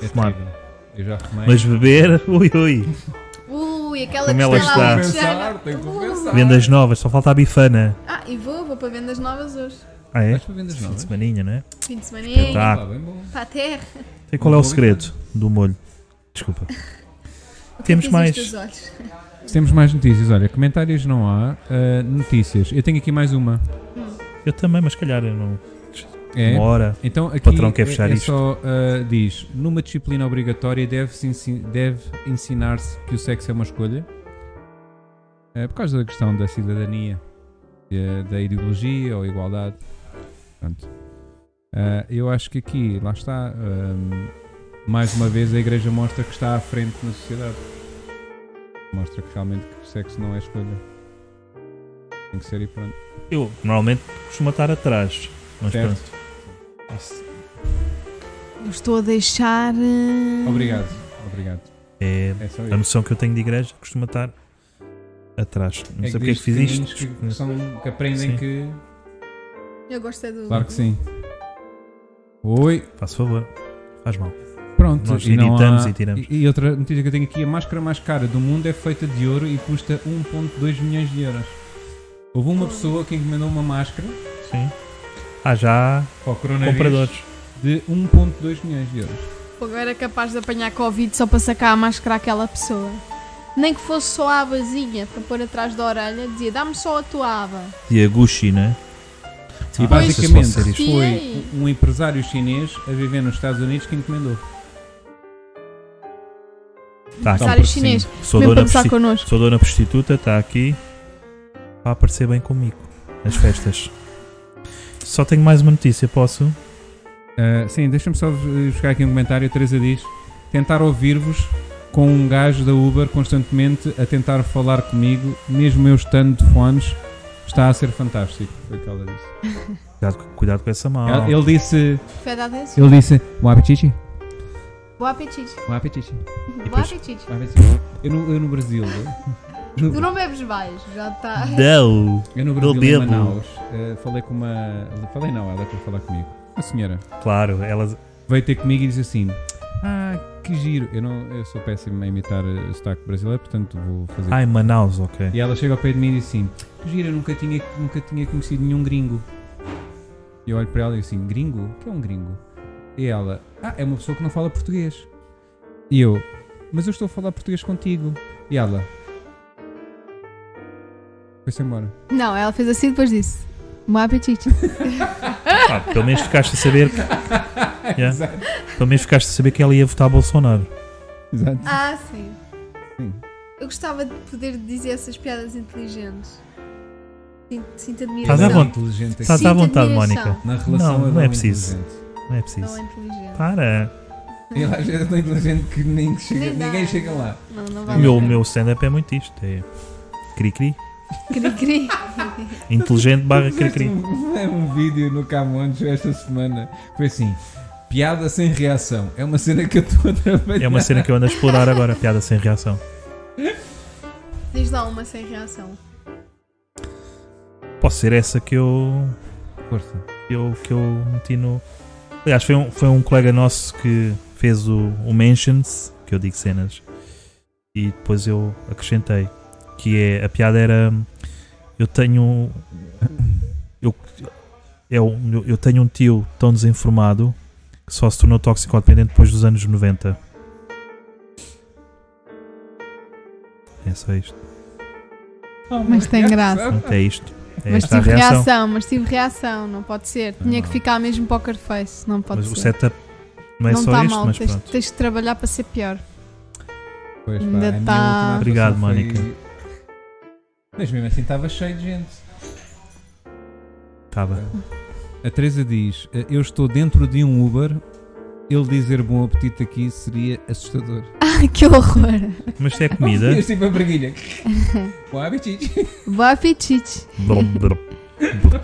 C: É
B: Fumar.
C: terrível. Eu já fumei.
B: Mas beber, ui ui.
A: Ui, aquela
B: Como ela
A: costela
B: está.
A: à
C: Compensar,
A: mexana.
C: tem que compensar.
B: Vendas novas, só falta a bifana.
A: Ah, e vou, vou para vendas novas hoje.
B: Ah é?
C: Vais para vendas
B: Fim de
C: novas?
B: semaninha, não é?
A: Fim de semana
B: Espetáculo.
C: Ah, bem bom.
A: para a terra.
B: Sei qual é o segredo do molho. Desculpa.
A: O que
B: Temos
A: é que existe
B: mais.
A: aos olhos?
C: Temos mais notícias. Olha, comentários não há. ah, notícias. Eu tenho aqui mais uma.
A: Hum.
B: Eu também, mas se calhar eu não.
C: É.
B: Uma hora.
C: Então aqui
B: patrão quer
C: é-
B: fechar
C: é
B: isto.
C: só ah, diz, numa disciplina obrigatória deve-se ensi- deve ensinar-se que o sexo é uma escolha Ah, por causa da questão da cidadania, eh, da ideologia ou igualdade. Pronto. Ah, eu acho que aqui, lá está, ahm, mais uma vez a Igreja mostra que está à frente na sociedade. Mostra que realmente que o sexo não é escolha. Tem que ser e pronto.
B: Eu normalmente costumo estar atrás. Mas
C: Certo.
B: pronto.
A: Eu estou a deixar. eh,
C: Obrigado. Obrigado.
B: É
C: É só isso.
B: a noção que eu tenho de igreja, costumo estar atrás. Não sei porque é que
C: desde
B: fiz
C: pequeninos
B: isto.
C: Que, que são- que aprendem
B: Sim.
C: que.
A: Eu gosto é do.
C: Claro que sim. Oi,
B: Faço favor. Faz mal.
C: pronto.
B: Nós
C: não
B: editamos e tiramos.
C: E, e outra notícia que eu tenho aqui: a máscara mais cara do mundo é feita de ouro e custa 1,2 milhões de euros. Houve uma pessoa que encomendou uma máscara
B: Sim. Há já
C: para o coronavírus
B: compradores.
C: de 1,2 milhões de euros.
A: Fogo, eu era capaz de apanhar Covid só para sacar a máscara àquela pessoa. Nem que fosse só a avazinha para pôr atrás da orelha, dizia dá-me só a tua aba.
B: De Agushi, né?
C: E
B: Ah,
C: basicamente
B: isso pode ser isto.
C: foi
A: Sim.
C: um um empresário chinês a viver nos Estados Unidos que encomendou.
B: Tá aqui.
A: empresário chinês.
B: Sou
A: mesmo
B: dona,
A: para começar
B: prosti-
A: connosco.
B: sou dona prostituta, está aqui para aparecer bem comigo nas festas. Só tenho mais uma notícia, posso?
C: Ah, sim, deixa-me só eh, buscar aqui um comentário. A Teresa diz: tentar ouvir-vos com um gajo da Uber constantemente a tentar falar comigo, mesmo eu estando de fones, está a ser fantástico. Foi o que ela disse.
B: Cuidado, com- cuidado com essa mão.
C: Ela- Ele disse:
A: Fede a atenção.
C: ele disse, bom apetite,
A: Bom apetite.
C: bom apetite,
A: Bom
B: depois-
A: apetite.
C: bom apetite. Eu no, eu no Brasil, eu
A: Tu
C: no,
A: não bebes mais, já tá. está.
B: Não!
C: eu no Brasil, em
B: bebo.
C: Manaus, eh, falei com uma. Falei não, ela foi falar comigo. Uma senhora
B: Claro, ela.
C: veio ter comigo e disse assim: Ah, que giro. Eu, não, eu sou péssimo a imitar eh, sotaque brasileiro, portanto vou fazer.
B: Ai, Manaus, ok.
C: E ela chega ao pé de mim e diz assim: Que giro, eu nunca tinha, nunca tinha conhecido nenhum gringo. E eu olho para ela e digo assim: Gringo? O que é um gringo? E ela: Ah, é uma pessoa que não fala português. E eu: Mas eu estou a falar português contigo. E ela: Foi-se embora.
A: Não, ela fez assim e depois disse. Bom apetite.
B: Ah, pelo menos ficaste a saber que. Yeah.
C: Exato.
B: Pelo menos ficaste a saber que ela ia votar Bolsonaro.
C: Exato.
A: ah, sim.
C: Sim.
A: Eu gostava de poder dizer essas piadas inteligentes. Sinto, sinto
B: Estás à
A: admiração.
B: vontade.
C: é inteligente assim,
B: Estás à
A: Sinto
B: vontade,
A: admiração.
B: Mónica.
C: Na relação
B: Não,
C: ele
B: não é
C: um
B: preciso.
C: inteligente.
B: Não é
A: Não é
B: preciso.
A: inteligente.
B: Para!
C: Ele às vezes é tão inteligente que nem chega-
A: Nem dá.
C: ninguém chega lá.
A: Não, não
B: O
A: vale.
B: meu, o meu stand-up é muito isto. É cri-cri.
A: Cri, cri.
B: Inteligente barra
C: Fizeste
B: cri-cri.
C: Um, é um vídeo no Camões esta semana. Foi assim: piada sem reação. É uma cena que eu estou a trabalhar.
B: É uma cena que eu ando a explorar agora, piada sem reação.
A: Diz lá uma sem reação.
B: Pode ser essa que eu.
C: Força.
B: que eu, que eu meti no. Aliás, foi um, foi um colega nosso que fez o, o Mentions, que eu digo cenas, e depois eu acrescentei. Que é. A piada era. Eu tenho. Eu, é um- eu, eu tenho um tio tão desinformado que só se tornou toxicodependente depois dos anos 90. É só isto.
A: Mas tem graça.
B: Pronto, é isto. É
A: mas
B: esta a
A: tive
B: reação.
A: reação. mas tive reação, não pode ser. Tinha que ficar mesmo poker face, não pode
B: Mas
A: ser.
B: o setup não é
A: não
B: só
A: tá
B: isto,
A: mal,
B: mas
A: tens,
B: pronto.
A: tens que trabalhar para ser pior.
C: Pois, pá,
A: Ainda
C: a minha
A: tá-
C: última
B: Obrigado,
C: atuação foi-
B: Mónica.
C: Mas mesmo assim estava cheio de gente.
B: Tá bem.
C: A Teresa diz: "Eh, Eu estou dentro de um Uber. Ele dizer bom apetite aqui seria assustador.
A: Ai, que horror!
B: Mas se é comida.
C: Eu tipo a preguilha. bom apetite.
A: Bom apetite!
B: Brum, brum.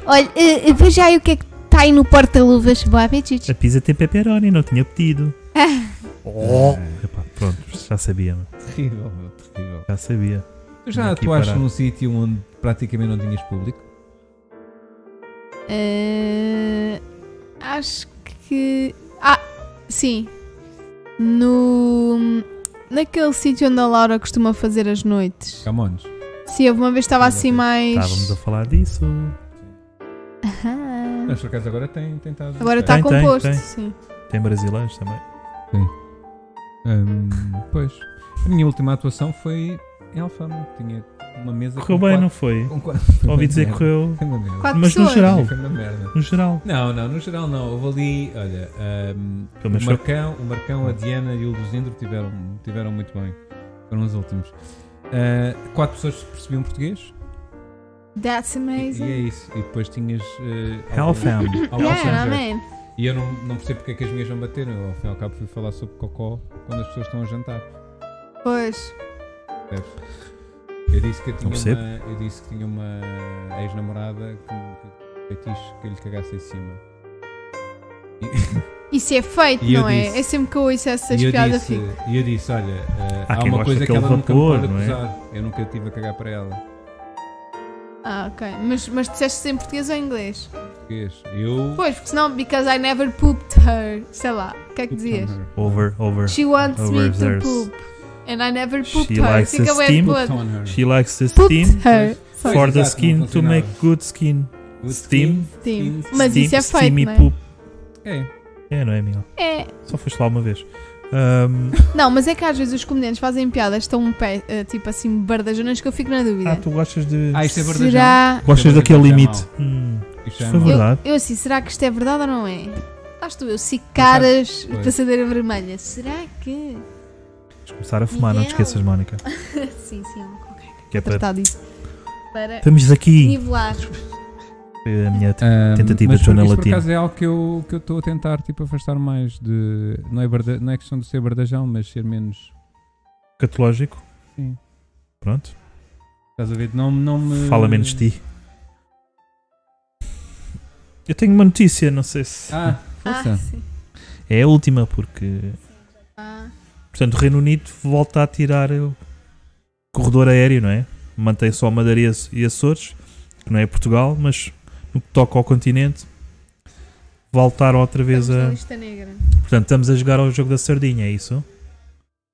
D: Olha, eh, eh, veja aí o que é que está aí no porta-luvas. Bom apetite.
B: A pizza tem pepperoni, não tinha pedido.
D: Ah.
B: Oh. Epá, pronto, já sabia, mano.
C: Terrível, meu, terrível.
B: já sabia.
C: Tu já
B: Aqui
C: atuaste
B: parar.
C: num sítio onde praticamente não tinhas público?
A: Eh, acho que. Ah, sim. No. Naquele sítio onde a Laura costuma fazer as noites.
C: Camões.
A: Sim, houve uma vez estava assim mais.
B: Estávamos a falar disso.
A: Aham.
C: Mas por acaso agora tem tentado.
A: Agora está
B: Tem, tem,
A: composto,
B: tem.
A: sim.
B: Tem brasileiros também.
A: tá-
C: Hum, pois. A minha última atuação foi em Alfama. Tinha uma mesa
B: Correu
C: com
B: bem, não
C: quatro,
B: foi?
C: com quatro- Foi
B: Ouvi
C: uma
B: dizer que
C: merda.
B: correu.
C: Foi uma merda.
A: Quatro
B: Mas no
A: pessoas.
B: geral.
C: Foi uma merda.
B: No geral.
C: Não, não, no geral não. Houve ali, olha, hum,
B: Pelo menos
C: o,
B: foi-
C: Marcão, o Marcão, a Diana e o Luzindro tiveram, tiveram muito bem. Foram os últimos. Ah, quatro pessoas percebiam português
A: That's
C: e- e, é
A: amazing.
C: isso. E depois tinhas. ah,
B: Hellfam.
C: ao- ao
A: Yeah,
C: Alfama.
A: man.
C: E eu não, não percebo porque é que as minhas não bateram. Eu, ao fim e ao cabo, fui falar sobre cocó quando as pessoas estão a jantar.
A: Pois.
C: Eu disse que eu
B: Não
C: tinha
B: percebo.
C: uma, eu disse que tinha uma ex-namorada que, que, fetiche que lhe cagasse em cima.
A: Isso é feito,
C: E eu
A: não é?
C: disse-
A: É sempre que eu ouço essas
C: e eu
A: piadas
C: disse,
A: fico.
C: e eu disse, olha, eh,
B: Há
C: há
B: quem
C: uma
B: goste
C: coisa que
B: daquele
C: ela nunca
B: vapor,
C: me
B: não é?
C: pode acusar. Eu nunca tive a cagar para ela.
A: Ah, ok. Mas, mas disseste isso em português ou em inglês?
C: Português. Eu.
A: Pois, porque senão, because I never pooped her. Sei lá, o que é que dizias?
B: Over, over.
A: She wants me
B: Over
A: to
B: theirs.
A: poop. And I never
B: She
A: pooped her.
B: likes
A: Fica
B: the
A: bem
B: steam.
A: podre.
B: She likes the
A: Pooped
B: steam
A: her.
C: Pois,
B: for the
C: exato,
B: skin
C: não
B: to
C: funcionava.
B: make good skin.
C: Good
B: steam.
A: Steam. Mas
B: steam,
A: isso é feito,
B: steamy
A: não é?
B: poop.
C: É.
B: É, não é, Miguel?
A: É.
B: Só foste lá uma vez. Um, Ahm,
A: Não, mas é que às vezes os comediantes fazem piadas tão pé- eh, tipo assim, bardajonas que eu fico na dúvida.
B: ah, tu gostas de.
C: Ah, isto é verdade.
A: será.
B: Gostas
C: Isto é
B: daquele
C: verdade,
B: limite.
C: já é
B: Hum,
C: Isto é
B: Foi
C: mau.
B: verdade.
A: Eu assim, será que isto é verdade ou não é? Estás tu, eu, se caras de
C: Pois.
A: passadeira vermelha. Será que.
B: começar a fumar, não te
A: Miguel.
B: esqueças, Mónica.
A: Sim, sim, ok.
B: Que é para...
A: Tratar disso. Para
B: Estamos aqui.
A: nivelar.
B: Foi A minha
C: Ahm,
B: tentativa
C: mas
B: de
C: por-
B: jornal
C: isso por
B: latino.
C: acaso é algo que eu que eu estou a tentar tipo, afastar mais de. Não é, barda- não é questão de ser bardajão, mas ser menos.
B: Catológico.
C: Sim.
B: Pronto.
C: Estás a ver? Não, não me.
B: Fala menos de ti. Eu tenho uma notícia, não sei se.
C: Ah,
A: Ah,
C: força.
A: sim.
B: É a última, porque.
A: Ah,
B: Portanto, o Reino Unido volta a tirar o corredor aéreo, não é? Mantém só Madeira e Aç- e Açores, que não é Portugal, mas no que toca ao continente, voltar outra vez
A: estamos na
B: a.
A: lista negra.
B: Portanto, estamos a jogar ao jogo da sardinha, é isso?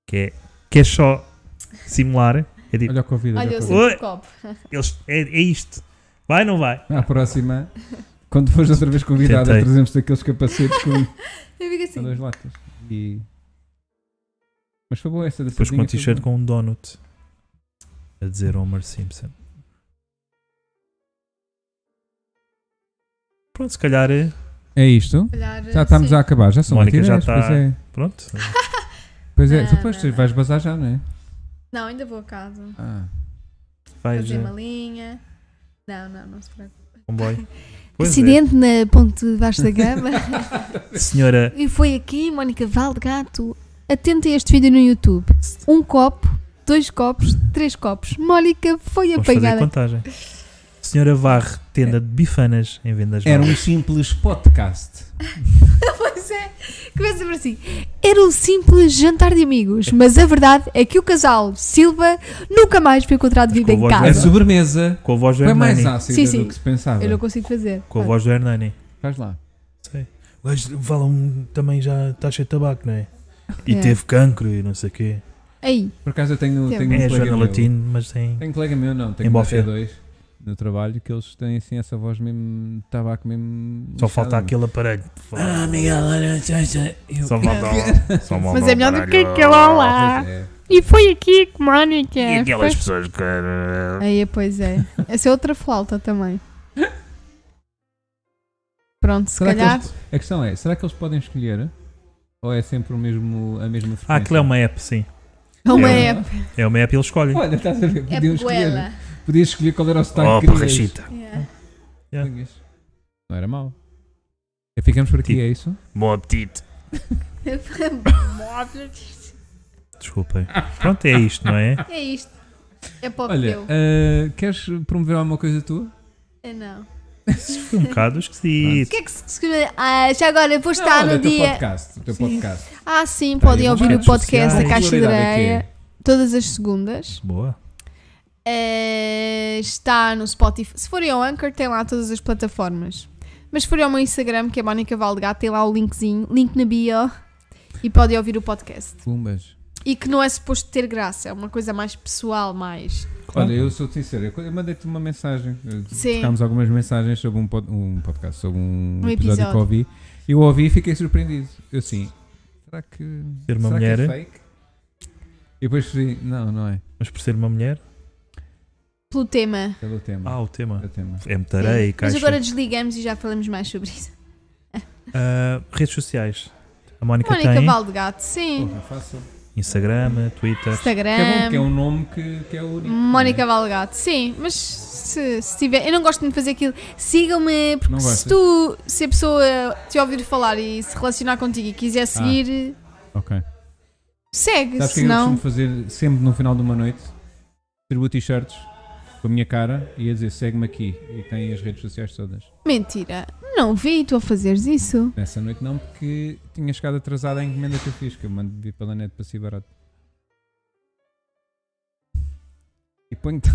B: Que é. Que é só simular. É tipo.
C: Olha o Covid. olha o
A: Olha, eu
C: Covid.
A: sinto
B: Oi.
A: o copo.
B: eles- é, é isto. Vai ou não vai?
C: À próxima, quando fores outra vez convidada,
B: Tentei.
C: trazemos-te aqueles capacetes com, com
A: Eu fico
B: Então,
A: assim.
C: duas latas. E... Mas foi boa essa da
B: Depois com
C: sardinha,
B: um
C: foi
B: t-shirt
C: boa.
B: com um donut. A dizer Homer Simpson. Pronto, se calhar. eh,
C: É isto?
A: Olhar,
C: Já estamos
A: sim.
C: a acabar, já são
B: Mónica
C: 20
B: já tá-
C: já
B: está-
C: pois é.
B: Pronto.
C: Pois é,
A: Não,
C: depois
A: Ah, não,
C: tu
A: não.
C: vais bazar já, não
B: né?
C: é?
A: Não, ainda vou a casa.
C: Ah.
B: Vai
A: Fazer uma
B: já.
A: linha. Não, não, não se preocupe.
B: Comboio. um Pois é.
D: Acidente na ponte de baixo da gama.
B: Senhora.
D: e foi aqui, Mónica Valdegato. Atenta a este vídeo no YouTube. Um copo, dois copos, três copos. Mónica foi
B: Vamos fazer
D: apagada.
B: contagem. Senhora Varre, tenda de bifanas em vendas
C: Era um
B: novas.
C: simples podcast.
A: Pois é.
D: Começa por assim. Era um simples jantar de amigos, mas a verdade é que o casal Silva nunca mais foi encontrado vivo
B: com a
D: em
A: Ah,
B: voz
C: A
D: casa.
C: é sobremesa
B: Com a voz do
C: um foi mais
B: Hernani.
C: ácida
D: Sim, sim.
C: do que se pensava.
A: Eu não consigo fazer.
B: Com a voz do Hernani.
C: Faz lá.
B: Sei. O gajo fala um- também já está cheio de tabaco, não é? E
A: É.
B: teve cancro e não sei o quê.
A: Aí.
C: Por acaso eu tenho,
A: Tem-
C: tenho um
B: É
C: colega
B: jornal
C: meu-
B: latino, mas tem.
C: Tenho um colega meu, não,
B: Em
C: tenho até
B: Bófia.
C: dois no trabalho que eles têm assim essa voz mesmo, de tabaco mesmo.
B: Só falta
C: lixada,
B: aquele aparelho.
C: Ah, Miguel, olha, já, já. Eu-
B: Só falta só falta
A: Mas é melhor do que
B: aparelho.
A: aquela lá.
C: Pois é.
D: E foi aqui que Mónica.
B: E aquelas
D: foi-
B: pessoas que. eh,
A: Aí, pois é. Essa é outra flauta também. Pronto, se
C: Será que
A: calhar.
C: eles- a questão é, será que eles podem escolher? Ou é sempre o mesmo, a mesma frequência?
B: Ah, aquilo é uma app, sim.
A: É uma
B: É.
A: app.
B: É uma app e eles escolhem.
C: Olha, estás a ver?
A: É
C: Podiam escolher.
A: Puela.
C: Podiam escolher qual era o sotaque
B: Oh,
C: que querias. é
B: porrachita.
A: Yeah.
C: Não era mau. E Ficamos por aqui,
B: Tipo.
C: é isso?
B: Bom apetite.
A: É. Móvel.
B: Desculpem. Pronto, é isto, não é?
A: É isto. É pop
C: Olha,
A: eu.
C: ah, queres promover alguma coisa tua?
A: É não.
B: Isso foi um bocado esquisito.
A: O que é que se escreve? Ah, já agora vou
C: Não,
A: estar
C: olha,
A: no
C: o teu
A: dia.
C: podcast. O teu
A: Sim.
C: podcast.
A: Ah, sim, podem
C: Tem
A: ouvir o
C: várias
A: podcast da
B: sociais.
A: Caixa de
C: Regularidade aqui.
A: Areia todas as segundas.
B: Boa.
A: Eh, está no Spotify. Se forem ao Anchor, tem lá todas as plataformas. Mas se forem ao meu Instagram, que é Mónica Valdegato, tem lá o linkzinho, link na bio, e podem ouvir o podcast.
C: Pumbas.
A: E que não é suposto ter graça, é uma coisa mais pessoal, mais.
C: Olha, eu sou sincero, eu- eu mandei-te uma mensagem. eh,
A: Sim.
C: Trocámos algumas mensagens sobre um, pod- um podcast, sobre um,
A: Um
C: episódio, que
A: episódio.
C: eu ouvi. Eu ouvi e fiquei surpreendido. Eu sim. Será que.
B: Ser uma
C: será
B: mulher
C: que
B: é?
C: é fake? E depois vi, não, não é.
B: Mas por ser uma mulher.
A: Pelo tema.
C: É o tema.
B: Ah, o
C: É o
B: tema.
C: tema.
B: É metarei,
A: Mas
B: caixa.
A: agora desligamos e já falamos mais sobre isso.
B: Ah, redes sociais. A Mónica,
A: Mónica
B: tem
A: Valdegato, sim.
C: Porra, fácil.
B: Instagram, Twitter.
C: Que é bom, que é
A: Instagram.
C: um nome que, que é único.
A: Ehm, Mónica Valdegato, sim, mas se, se tiver. Eu não gosto de fazer aquilo. Sigam-me, porque
C: Não
A: se
C: gostas?
A: tu. Se a pessoa te ouvir falar e se relacionar contigo e quiser seguir,
C: Ok.
A: segue.
C: Ah. Sabes o que é que eu costumo
A: Senão.
C: fazer sempre no final de uma noite? Distribuo t-shirts com a minha cara e a dizer segue-me aqui. E tem as redes sociais todas.
A: Mentira. Não vi tu a fazeres isso.
C: Nessa noite não, porque tinha chegado atrasada a encomenda que eu fiz, que eu mando vir pela net para si barato. E ponho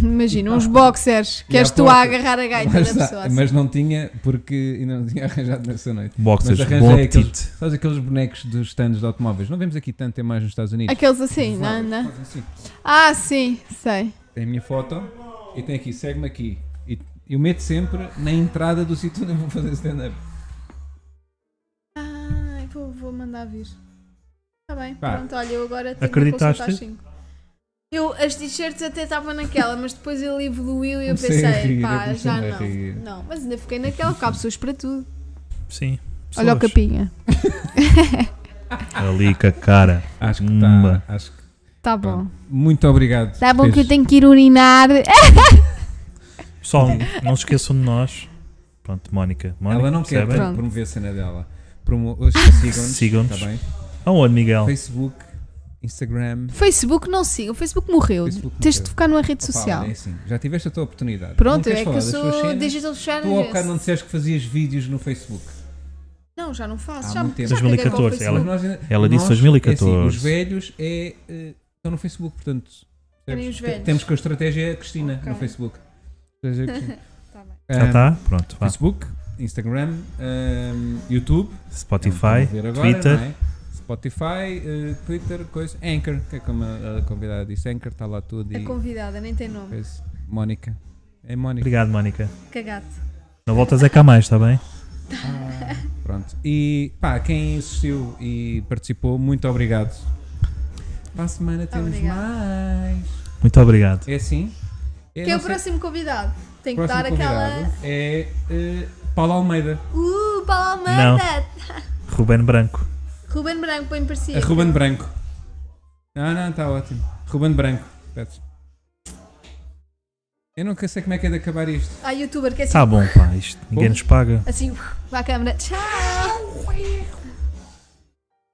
A: Imagina, uns boxers.
C: E
A: Queres
C: à
A: tu
C: porta.
A: a agarrar a gaita da
C: Lá está.
A: pessoa. assim.
C: Mas não tinha, porque ainda não tinha arranjado nessa noite.
B: Boxers,
C: Mas arranjei
B: bom
C: aqueles-
B: apetite.
C: Sabes aqueles bonecos dos stands de automóveis? Não vemos aqui tanto, é mais nos Estados Unidos.
A: Aqueles assim, não,
C: Vários,
A: não.
C: fazem assim.
A: Ah, sim, sei.
C: Tem a minha foto e tem aqui, segue-me aqui. E eu meto sempre na entrada do sítio onde eu vou fazer stand-up.
A: Ah, vou, vou mandar vir. Está bem,
C: Pá.
A: pronto, olha, eu agora tenho
B: Acreditaste?
A: uma consulta às 5. Eu, as t-shirts até estavam naquela, mas depois ele evoluiu e eu
C: Comecei a
A: pensei,
C: rir, eu
A: pá,
C: comecei
A: já
C: a
A: não.
C: rir.
A: Não, mas ainda fiquei naquela, porque há pessoas para tudo.
B: Sim.
A: Olha o
B: pessoas.
A: capinha.
B: Ali com a cara.
C: Acho que
B: Hum.
C: está. Acho que.
A: Tá bom.
C: Muito obrigado.
A: Tá
C: por
A: bom que eu
C: teres-
A: tenho que ir urinar. É,
B: Pessoal, não se esqueçam de nós. Pronto, Mónica. Mónica
C: Ela não quer
B: percebem?
A: Pronto.
C: promover a cena dela. Promo... Sigam-nos.
B: Sigam-nos.
C: Tá bem?
B: Aonde, Ah, Miguel?
C: Facebook, Instagram.
A: Facebook não siga, o Facebook morreu.
C: Facebook
A: Tens de
C: morreu.
A: focar numa rede
C: Opa,
A: social.
C: olha, é assim, já tiveste a tua oportunidade. Não
A: Pronto,
C: queres
A: é que
C: falar
A: eu
C: das tuas
A: sou
C: cenas?
A: digital
C: Tu há bocado não
A: strategist.
C: disseste que fazias vídeos no Facebook.
A: Não, já não faço.
C: Há
A: já
C: muito tempo.
A: já peguei com o
B: 2014,
A: Facebook.
B: Ela-
C: Mas nós ainda-
B: ela disse
C: nós,
B: 2014.
C: é assim, os velhos é, eh, estão no Facebook, portanto.
A: Querem
C: percebes?
A: os velhos.
C: Temos que a estratégia é a Cristina
A: Ok.
C: no Facebook. Estratégia é a Cristina.
A: Tá bem.
B: Já
C: Ahm,
B: está? Pronto, vá.
C: Facebook, Instagram, ahm, YouTube. é
B: Spotify,
C: Vamos ver agora,
B: Twitter.
C: não é? Spotify, eh, Twitter, coisa. Anchor, que é como a, a convidada disse. Anchor, está lá tudo.
A: A
C: E
A: convidada, nem tem nome.
C: coisa. Mónica. É Mónica.
B: Obrigado, Mónica.
A: Cagado.
B: Não voltas é cá mais, está bem?
C: Pronto. E pá, quem assistiu e participou, muito obrigado. Para a semana temos
A: Obrigada.
C: mais.
B: Muito obrigado.
C: É assim? É
A: Quem é o
C: nosso
A: próximo convidado? Tem que
C: próximo
A: dar aquela.
C: convidado É eh, Paulo Almeida,
A: Uh, Palmeira!
B: Ruben Branco.
A: Ruben Branco, põe para si.
C: a Ruben Branco. Não, não, está ótimo. Ruben Branco. Peço. Eu nunca sei como é que é de acabar isto.
A: Ah, youtuber, que é assim.
B: Tá bom, pá. Isto ninguém nos paga.
A: Assim, uh, vai à câmera. Tchau!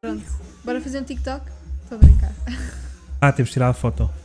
A: Pronto. Bora fazer um TikTok? Estou a brincar.
B: Ah, temos de tirar a foto.